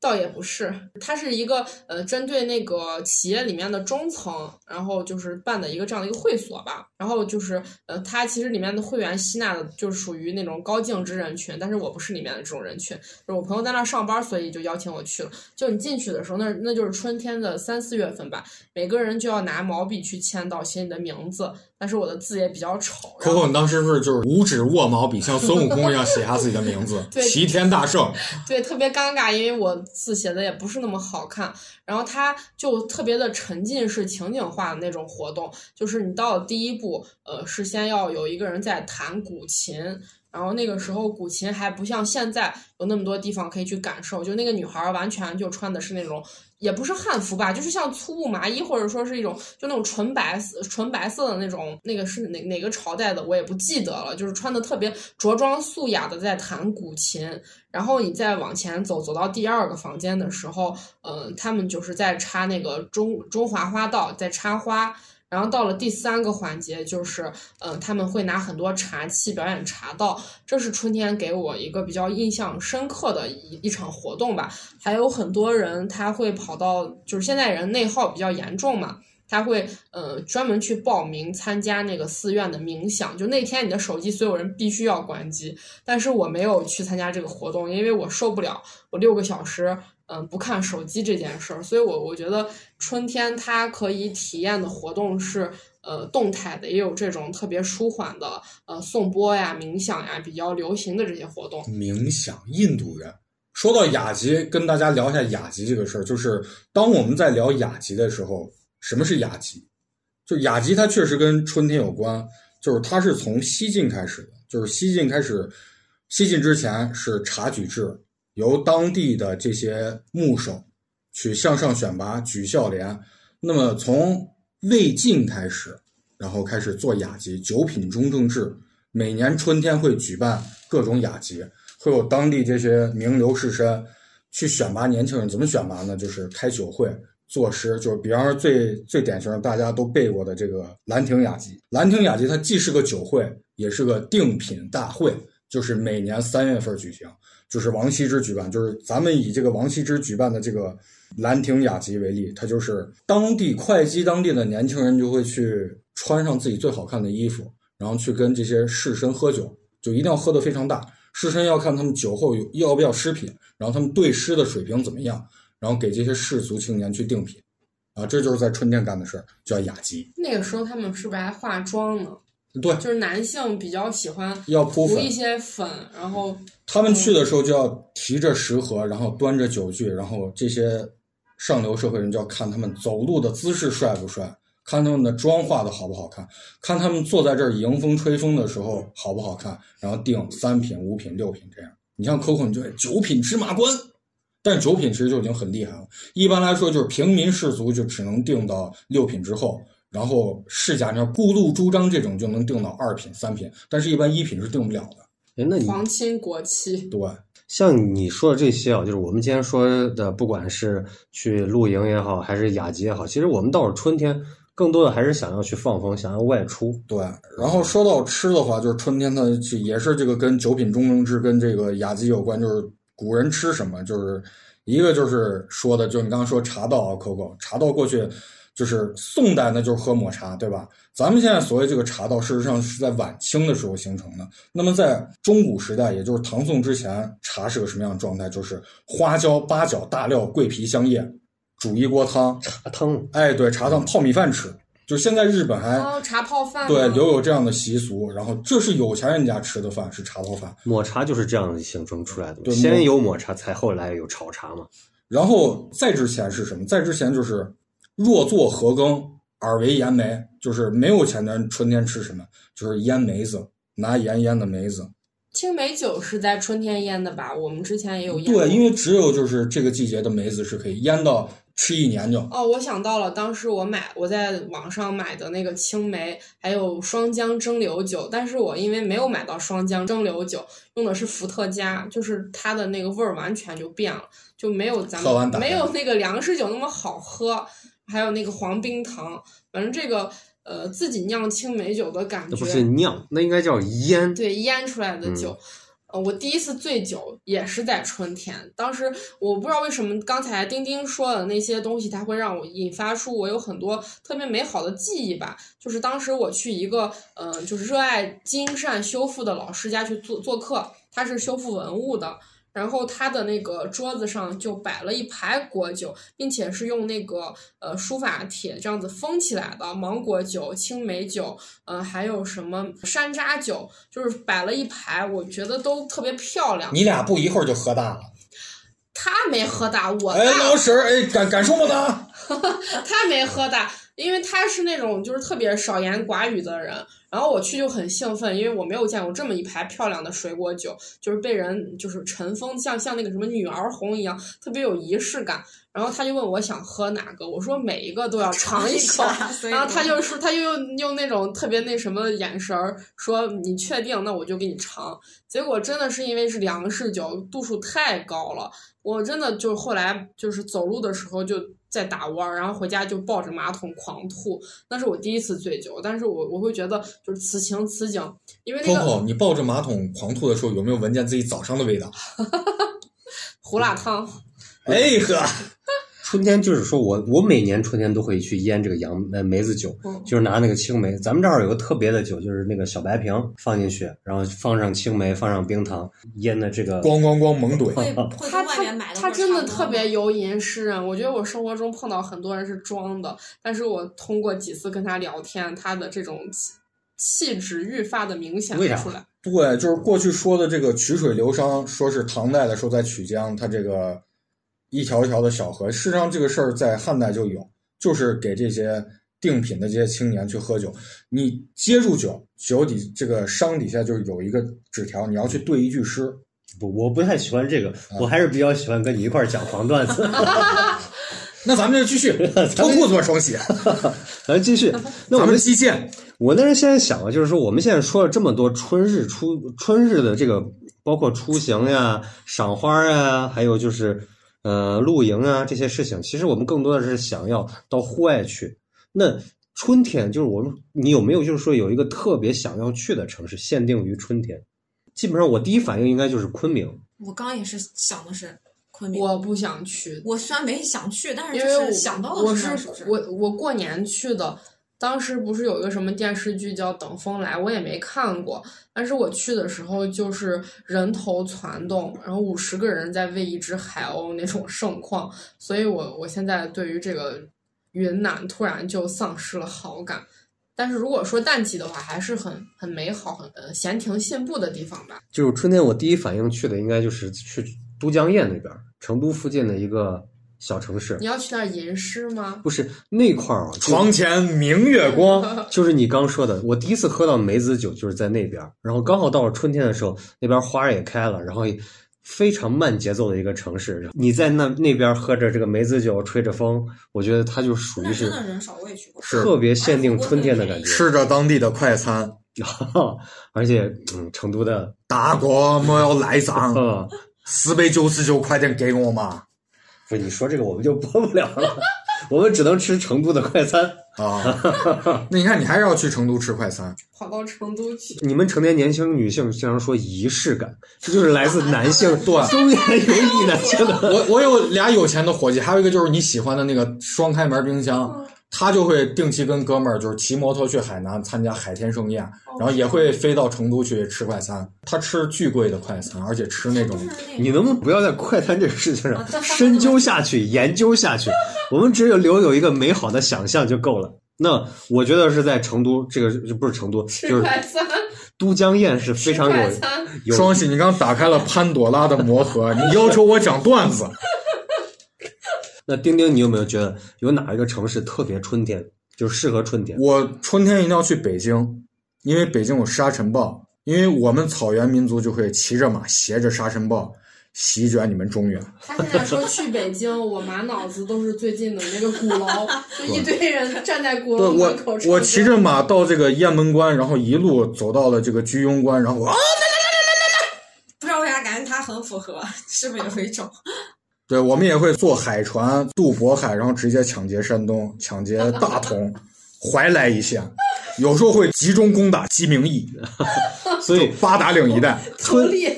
D: 倒也不是，它是一个呃，针对那个企业里面的中层，然后就是办的一个这样的一个会所吧。然后就是呃，它其实里面的会员吸纳的就是属于那种高净值人群，但是我不是里面的这种人群，就是我朋友在那儿上班，所以就邀请我去了。就你进去的时候，那那就是春天的三四月份吧，每个人就要拿毛笔去签到，写你的名字。但是我的字也比较丑，然后
B: Coco，你当时是就是五指握毛笔，像孙悟空一样写下自己的名 字，
D: 对
B: 齐天大圣。
D: 对，特别尴尬，因为我字写的也不是那么好看，然后它就特别的沉浸式情景化的那种活动，就是你到了第一步，呃，是先要有一个人在弹古琴，然后那个时候古琴还不像现在有那么多地方可以去感受，就那个女孩儿完全就穿的是那种。也不是汉服吧，就是像粗布麻衣，或者说是一种就那种纯白色、纯白色的那种，那个是哪哪个朝代的，我也不记得了。就是穿的特别着装素雅的在弹古琴，然后你再往前走，走到第二个房间的时候，嗯、他们就是在插那个中中华花道，在插花。然后到了第三个环节，就是，嗯、他们会拿很多茶器表演茶道，这是春天给我一个比较印象深刻的一一场活动吧。还有很多人他会跑到，就是现在人内耗比较严重嘛，他会呃专门去报名参加那个寺院的冥想，就那天你的手机所有人必须要关机，但是我没有去参加这个活动，因为我受不了我六个小时嗯、不看手机这件事儿，所以我我觉得春天它可以体验的活动是呃动态的，也有这种特别舒缓的呃颂钵呀、冥想呀比较流行的这些活动。
B: 冥想，印度人。说到雅集，跟大家聊一下雅集这个事儿。就是当我们在聊雅集的时候，什么是雅集？就雅集，它确实跟春天有关，就是它是从西晋开始的，就是西晋开始，西晋之前是察举制，由当地的这些牧首去向上选拔举孝廉。那么从魏晋开始，然后开始做雅集，九品中正制，每年春天会举办各种雅集，会有当地这些名流士绅去选拔年轻人。怎么选拔呢？就是开酒会、作诗，就是比方说最最典型的大家都背过的这个《兰亭雅集》。《兰亭雅集》它既是个酒会，也是个定品大会，就是每年三月份举行，就是王羲之举办，就是咱们以这个王羲之举办的这个。兰亭雅集为例，它就是当地会稽当地的年轻人就会去穿上自己最好看的衣服，然后去跟这些士绅喝酒，就一定要喝得非常大。士绅要看他们酒后有要不要诗品，然后他们对诗的水平怎么样，然后给这些士族青年去定品。啊，这就是在春天干的事儿，叫雅集。
D: 那个时候他们是不是还化妆呢？
B: 对，
D: 就是男性比较喜欢
B: 要铺
D: 涂
B: 粉
D: 一。些粉，然后
B: 他们去的时候就要提着食盒，然后端着酒具，然后这些上流社会人就要看他们走路的姿势帅不帅，看他们的妆化的好不好看，看他们坐在这儿迎风吹风的时候好不好看，然后定三品、五品、六品这样。你像 Coco，你就哎九品芝麻官，但是九品其实就已经很厉害了。一般来说，就是平民士族就只能定到六品之后。然后世家，你像咕噜、朱张这种就能定到二品、三品，但是一般一品是定不了的。
A: 哎，那你
D: 皇亲国戚。
B: 对，
A: 像你说的这些啊，就是我们今天说的，不管是去露营也好，还是雅集也好，其实我们到了春天，更多的还是想要去放风，想要外出。
B: 对，然后说到吃的话，就是春天它就也是这个跟九品中庸之跟这个雅集有关，就是古人吃什么，就是一个就是说的，就是你刚刚说茶道啊，Coco，茶道过去就是宋代那就是喝抹茶，对吧？咱们现在所谓这个茶道，事实上是在晚清的时候形成的。那么在中古时代，也就是唐宋之前，茶是个什么样的状态？就是花椒、八角、大料、桂皮、香叶，煮一锅汤，
A: 啊，汤
B: 哎，对，茶汤泡米饭吃。就是现在日本还
D: 然后茶泡饭
B: 哎对，
D: 嘛
B: 留有这样的习俗。然后这是有钱人家吃的饭，是茶泡饭。
A: 抹茶就是这样形成出来的嘛，
B: 对抹
A: 先有抹茶，才后来有炒茶嘛。
B: 然后再之前是什么？再之前就是若做禾耕，尔为盐梅，就是没有钱的人春天吃什么？就是腌梅子，拿盐腌的梅子。
D: 青梅酒是在春天腌的吧？我们之前也有腌过。
B: 对，因为只有就是这个季节的梅子是可以腌到吃一年就。
D: 哦，我想到了，当时我买我在网上买的那个青梅，还有双江蒸馏酒，但是我因为没有买到双江蒸馏酒，用的是伏特加，就是它的那个味儿完全就变了，就没有咱
B: 喝完
D: 们
B: 打开
D: 没有那个粮食酒那么好喝，还有那个黄冰糖，反正这个呃自己酿青梅酒的感
A: 那
D: 觉
A: 不是酿，那应该叫腌。
D: 对腌出来的酒。呃，我第一次醉酒也是在春天，当时我不知道为什么刚才丁丁说的那些东西，它会让我引发出我有很多特别美好的记忆吧。就是当时我去一个嗯、呃就是热爱金善修复的老师家去做做客，他是修复文物的。然后他的那个桌子上就摆了一排果酒，并且是用那个呃书法帖这样子封起来的，芒果酒、青梅酒，呃，还有什么山楂酒，就是摆了一排，我觉得都特别漂亮。
B: 你俩不一会儿就喝大了。
D: 他没喝大，我
B: 哎，
D: 大
B: 老婶儿，哎，感感受不呢？
D: 他没喝大，因为他是那种就是特别少言寡语的人。然后我去就很兴奋，因为我没有见过这么一排漂亮的水果酒，就是被人就是尘封，像像那个什么女儿红一样，特别有仪式感。然后他就问我想喝哪个，我说每一个都要尝一口。
C: 所以
D: 然后他就说，他就用用那种特别那什么的眼神儿说：“你确定？那我就给你尝。”结果真的是因为是粮食酒，度数太高了，我真的就后来就是走路的时候就在打弯儿，然后回家就抱着马桶狂吐。那是我第一次醉酒，但是我我会觉得就是此情此景，因为那个
B: Coco，你抱着马桶狂吐的时候，有没有闻见自己早上的味道？
D: 胡辣汤，
B: 哎呵，
A: 春天就是说我我每年春天都会去腌这个杨呃梅子酒，
D: 嗯
A: 就是拿那个青梅。咱们这儿有个特别的酒，就是那个小白瓶放进去，然后放上青梅，放上冰糖，腌的这个
B: 咣咣咣猛怼。
C: 会会
D: 他
C: 从外
D: 他
C: 面买的
D: 他
C: 味儿
D: 真的
C: 差不多
D: 特别有吟诗人，我觉得我生活中碰到很多人是装的，但是我通过几次跟他聊天，他的这种气气质愈发的明显
A: 为啥
D: 出来。
B: 对，就是过去说的这个曲水流觞，说是唐代的时候在曲江，它这个一条一条的小河，事实上这个事儿在汉代就有，就是给这些定品的这些青年去喝酒，你接住酒，酒底这个觞底下就是有一个纸条，你要去对一句诗，
A: 不，我不太喜欢这个，我还是比较喜欢跟你一块儿讲黄段子。
B: 那咱们就继 续脱裤子吧，双喜，
A: 咱继续，那我
B: 咱
A: 们
B: 们击剑，
A: 我那是现在想啊，就是说我们现在说了这么多春日出春日的这个，包括出行呀、赏花啊，还有就是呃露营啊这些事情，其实我们更多的是想要到户外去。那春天就是我们，你有没有就是说有一个特别想要去的城市，限定于春天？基本上我第一反应应该就是昆明，
C: 我刚也是想的是昆明，
D: 我不想去，
C: 我虽然没想去，但是
D: 因
C: 就
D: 为我
C: 是想到的
D: 我
C: 是那儿
D: 是
C: 是不是
D: 我我过年去的，当时不是有一个什么电视剧叫《等风来》，我也没看过，但是我去的时候就是人头攒动，然后五十个人在喂一只海鸥那种盛况，所以我我现在对于这个云南突然就丧失了好感。但是如果说淡季的话，还是很很美好、很呃闲庭信步的地方吧。
A: 就是春天，我第一反应去的应该就是去都江堰那边儿，成都附近的一个小城市
D: 你。要去那儿吟诗吗？
A: 不是那块儿啊，就是
B: 床前明月光，
A: 就是你刚说的，我第一次喝到梅子酒就是在那边儿，然后刚好到了春天的时候，那边花儿也开了，然后也非常慢节奏的一个城市，然后你在那那边喝着这个梅子酒，吹着风，我觉得它就属于
C: 那
A: 是
C: 真 的人少，我也去过。
B: 是
A: 特别限定春天的 感觉，
B: 吃着当地的快餐，
A: 而且嗯，成都的
B: 大哥莫要赖账，
A: 嗯，
B: 四百九十九，快点给我嘛！
A: 不是你说这个我们就播不了了，我们只能吃成都的快餐。
B: 啊，那你看你还是要去成都吃快餐，
D: 跑到成都去。
A: 你们成年年轻女性经常说仪式感，这就是来自男性
B: 对
A: 中年油腻男性的。
B: 我我有俩有钱的伙计，还有一个就是你喜欢的那个双开门冰箱，他就会定期跟哥们儿就是骑摩托去海南参加海天盛宴，然后也会飞到成都去吃快餐。他吃巨贵的快餐，而且吃那种
C: 就是
D: 哎
C: 那个
A: 你能不能不要在快餐这个事情
D: 哦
A: 上
C: 啊对
A: 深究下去、研究下 去？我们只有留有一个美好的想象就够了。那我觉得是在成都，这个不是成都，
D: 吃
A: 就是
D: 快餐，
A: 都江堰是非常
D: 吃快
A: 有
D: 餐。
A: 有
B: 双喜，你刚打开了潘朵拉的魔盒，你要求我讲段子，
A: 那丁丁，你有没有觉得有哪一个城市特别春天，就是适合春天？
B: 我春天一定要去北京，因为北京有沙尘暴，因为我们草原民族就会骑着马，携着沙尘暴席卷你们中原。
D: 他现在说去北京，我满脑子都是最近的那个鼓楼，就一堆人站在鼓
B: 不，
D: 楼
B: 我
D: 门口唱歌。
B: 我骑着马到这个雁门关，然后一路走到了这个居庸关，然后我啊，
C: 不知道为啥感觉它很符合，是不是有一种？
B: 对我们也会坐海船渡渤海，然后直接抢劫山东，抢劫大同、 怀来一线，有时候会集中攻打鸡鸣驿、
A: 所以，
B: 八达岭一带。
D: 春丽，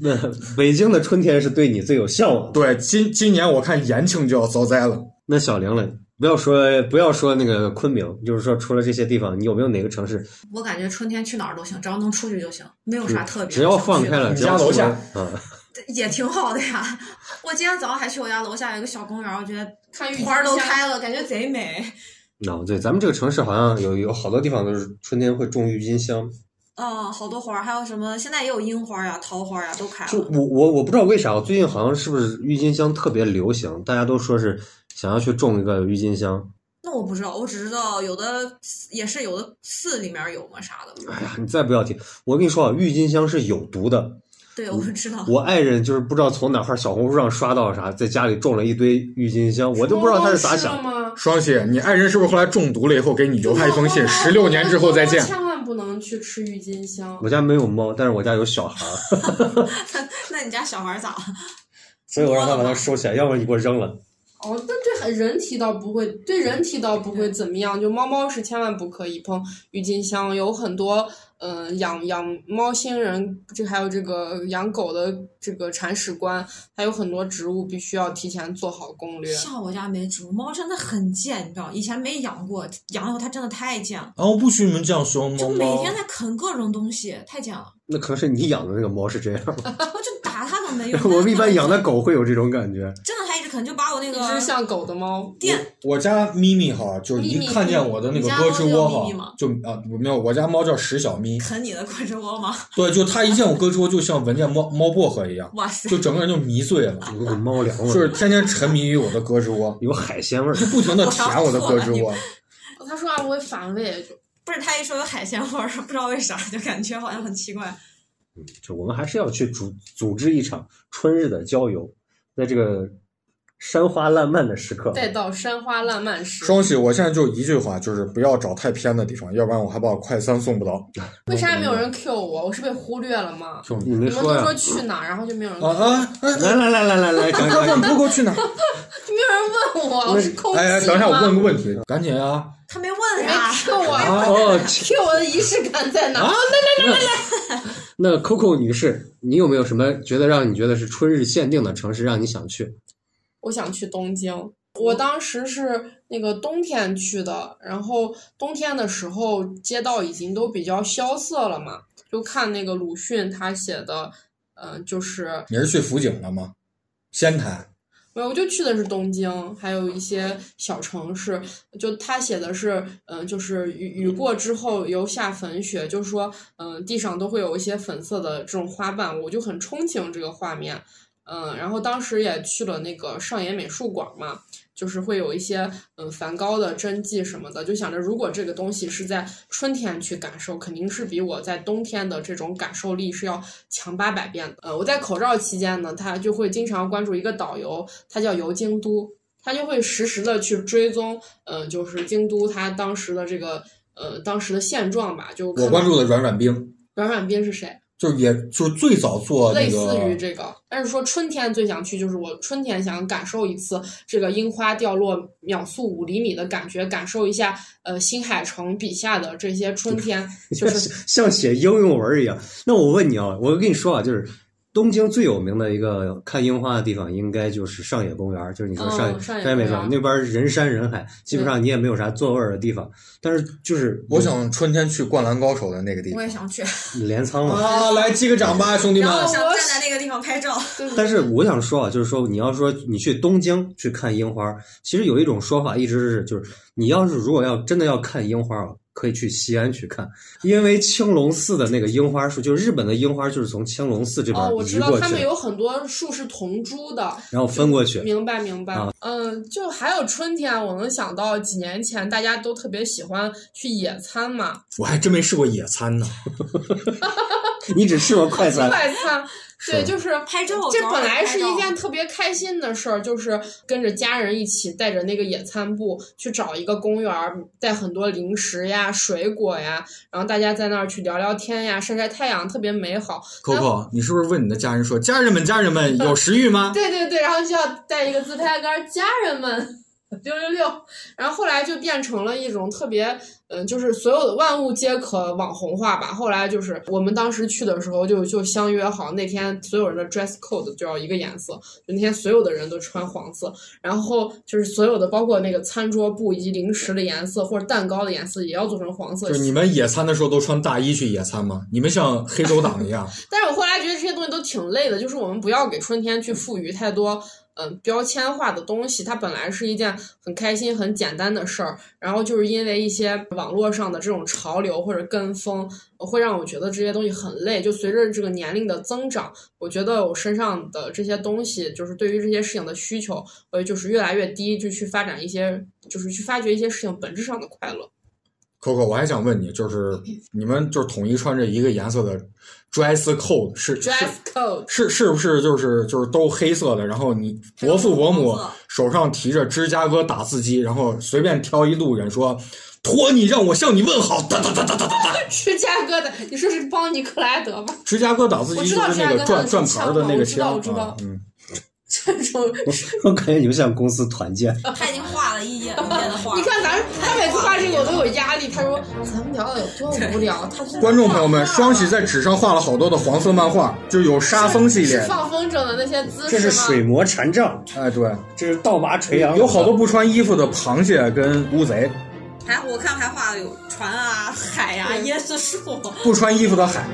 A: 那北京的春天是对你最有向往的。
B: 对，今今年我看延庆就要遭灾了，
A: 那小玲嘞，不要说不要说那个昆明，就是说除了这些地方，你有没有哪个城市
C: 我感觉春天去哪儿都行，只要能出去就行，没有啥特别的想去的。
A: 只要放开了，
B: 你
A: 只要
B: 家楼下
A: 出门嗯
C: 也挺好的呀。我今天早上还去我家楼下有一个小公园，我觉得
D: 看
C: 花儿都开了，感觉贼美。
A: 那、对，咱们这个城市好像有有好多地方都是春天会种郁金香。
C: 嗯，好多花儿，还有什么？现在也有樱花呀、桃花呀，都开
A: 就
C: 了。
A: 我我我不知道为啥，我最近好像是不是郁金香特别流行，大家都说是想要去种一个郁金香。
C: 那我不知道，我只知道有的也是有的寺里面有嘛啥的。
A: 哎呀，你再不要提，我跟你说啊，郁金香是有毒的。
C: 对，我知道。
A: 我爱人就是不知道从哪块小红书上刷到啥，在家里种了一堆郁金香，我都不知道他是咋想的。
D: 猫猫吃了吗？啊
B: 双喜，你爱人是不是后来中毒了以后给你留下一封信？
D: 猫猫
B: 十六年之后再见
D: 猫猫。哦千万不能去吃郁金香
A: 我。家没有猫，但是我家有小孩儿，
C: 那你家小孩儿咋了？
A: 所以我让他把它收起来，要不然你给我扔了。
D: 哦，但对人体倒不会，对人体倒不会怎么样。就猫猫是千万不可以碰郁金香，有很多嗯、呃养养猫星人，这还有这个养狗的这个铲屎官，还有很多植物必须要提前做好攻略。
C: 像我家没植物，猫真的很贱，你知道？以前没养过，养了以后它真的太贱了，
B: 然啊后不许你们这样说猫
C: 就每天在啃各种东西，太贱了。
A: 那可能是你养的那个猫是这样，。
C: 我就打它都没用
A: 我们一般养的狗会有这种感觉。
C: 真的，它一直啃，就把我那
D: 一
C: 个
D: 只像狗的猫，
C: 电
B: 我家咪咪哈，就是
D: 咪
B: 一
D: 咪
B: 看见我的那个胳肢
C: 你家
B: 窝
C: 猫叫咪
B: 哈
C: 咪吗，
B: 就啊没有，我家猫叫石小咪，
C: 啃你的胳肢窝吗？
B: 对，就它一见我胳肢窝，就像闻见猫猫薄荷一样，
C: 哇塞！
B: 就整个人就迷醉了，
A: 有股猫粮味
B: 就
A: 儿，
B: 是天天沉迷于我的胳肢窝，
A: 有海鲜味儿。
B: 就不停的舔我的胳肢窝。
D: 哦它说话不会反胃，就
C: 不是他一说有海鲜味儿，不知道为啥就感觉好像很奇怪。
A: 就我们还是要去组组织一场春日的郊游，在这个山花烂漫的时刻，
D: 待到山花烂漫时。
B: 双喜，我现在就一句话，就是不要找太偏的地方，要不然我还把快餐送不到。
D: 为啥没有人 Q 我？我是被忽略了吗？
B: 就
A: 你没
D: 你们都
A: 说呀、
D: 说去哪儿，然后就没有人，
B: 啊啊！哎
A: 来来来来来来，讲
B: 他
A: 讲
B: 问
A: 讲。
B: 不够去哪儿？
D: 就没有人问我，我是空气
B: 哎哎，等一下，我问个问题，赶紧啊！
C: 他没问
D: 没
C: 啊，
D: Q 我
A: 啊哦，切
D: ，Q 我的仪式感在
B: 啊
D: 哪？
A: 那 Coco 女士，你有没有什么觉得让你觉得是春日限定的城市，让你想去？
D: 我想去东京，我当时是那个冬天去的，然后冬天的时候街道已经都比较萧瑟了嘛，就看那个鲁迅他写的，嗯、就是
B: 你是去辅警了吗？仙台，
D: 没有，我就去的是东京，还有一些小城市。就他写的是，嗯、就是雨雨过之后由下粉雪，就是说，嗯、地上都会有一些粉色的这种花瓣，我就很憧憬这个画面。嗯，然后当时也去了那个上野美术馆嘛，就是会有一些嗯梵高的真迹什么的，就想着如果这个东西是在春天去感受，肯定是比我在冬天的这种感受力是要强八百遍的。呃，我在口罩期间呢，他就会经常关注一个导游，他叫游京都，他就会实时的去追踪，呃，就是京都他当时的这个呃当时的现状吧。就看
B: 我关
D: 到
B: 注的阮阮冰，
D: 阮阮斌是谁？
B: 就是也就是最早做那
D: 类似于
B: 个，
D: 这个，但是说春天最想去，就是我春天想感受一次这个樱花掉落秒速五厘米的感觉，感受一下呃新海诚笔下的这些春天，就是
A: 像写应用文一样。那我问你啊，我跟你说啊，就是东京最有名的一个看樱花的地方，应该就是上野公园，就是你说
D: 嗯
A: 上野、
D: 上野
A: 野美术
D: 公
A: 馆那
D: 园
A: 边人山人海，基本上你也没有啥座位儿的地方。但是就是
B: 我想春天去《灌篮高手》的那个地
C: 我
B: 方
C: 也想去，
A: 镰仓嘛，
B: 啊，来击个掌吧，兄弟
C: 然
B: 们！
C: 后我想
D: 我
C: 站在那个地方拍照。
A: 但是我想说啊，就是说你要说你去东京去看樱花，其实有一种说法一直是，就是你要是如果要真的要看樱花啊，可以去西安去看，因为青龙寺的那个樱花树，就是日本的樱花就是从青龙寺这边
D: 哦，我
A: 移
D: 知道
A: 过
D: 他们
A: 去，
D: 有很多树是同株的，
A: 然后分过去。
D: 明白明白，
A: 啊
D: 嗯，就还有春天，我能想到几年前大家都特别喜欢去野餐嘛，
B: 我还真没试过野餐呢。
A: 你只吃过快餐，
D: 快餐，对，
A: 是
D: 就是
C: 拍照
D: 这
C: 早上
D: 本来
C: 拍
D: 是一
C: 照
D: 件特别开心的事儿，就是跟着家人一起带着那个野餐布去找一个公园儿，带很多零食呀、水果呀，然后大家在那儿去聊聊天呀、晒晒太阳，特别美好。
B: Coco，你是不是问你的家人说：“家人们，家人们，有食欲吗
D: 对对对，然后就要带一个自拍杆儿，家人们。 六六六，然后后来就变成了一种特别，嗯、就是所有的万物皆可网红化吧。后来就是我们当时去的时候就就相约好，那天所有人的 dress code 就要一个颜色，就那天所有的人都穿黄色，然后就是所有的包括那个餐桌布以及零食的颜色或者蛋糕的颜色也要做成黄？”色
B: 就。是你们野餐的时候都穿大衣去野餐吗？你们像黑手党一样？
D: 但是我后来觉得这些东西都挺累的，就是我们不要给春天去赋予太多嗯、标签化的东西。它本来是一件很开心、很简单的事儿，然后就是因为一些网络上的这种潮流或者跟风，呃会让我觉得这些东西很累。就随着这个年龄的增长，我觉得我身上的这些东西，就是对于这些事情的需求，呃，就是越来越低，就去发展一些，就是去发掘一些事情本质上的快乐。
B: Coco，我还想问你，就是你们就是统一穿着一个颜色的 dress code 是是
D: Dress code。
B: 是是不是就是就是都黑色的？然后你伯父伯母手上提着芝加哥打字机，然后随便挑一路人说：“托你让我向你问好。”哒哒哒哒哒哒哒。
D: 芝加哥的，你说是邦尼克莱德吗？
B: 芝加哥打字
D: 我
B: 机
D: 知
B: 就
D: 道
B: 是那个
D: 芝加哥
B: 转
D: 那
B: 转
D: 种
B: 盘儿的那个
D: 枪
B: 枪
D: 我知道我知道
B: 啊，嗯，
D: 这种
A: 我感觉你们像公司团建。
D: 哦
C: 他已经画了一页 一页的画。
D: 你看咱他每次画这个我都有压力，他说咱们聊的有多无聊，他说
B: 观众朋友们，双喜在纸上画了好多的黄色漫画，就有 沙僧系列
D: 是。放风筝的那些姿势
A: 这
D: 吗？
A: 是水磨禅杖，
B: 哎，对，
A: 这是倒拔垂杨，
B: 有好多不穿衣服的螃蟹跟乌贼，
C: 还我看还画了有船啊、海呀、椰子树。
B: 不穿衣服的海。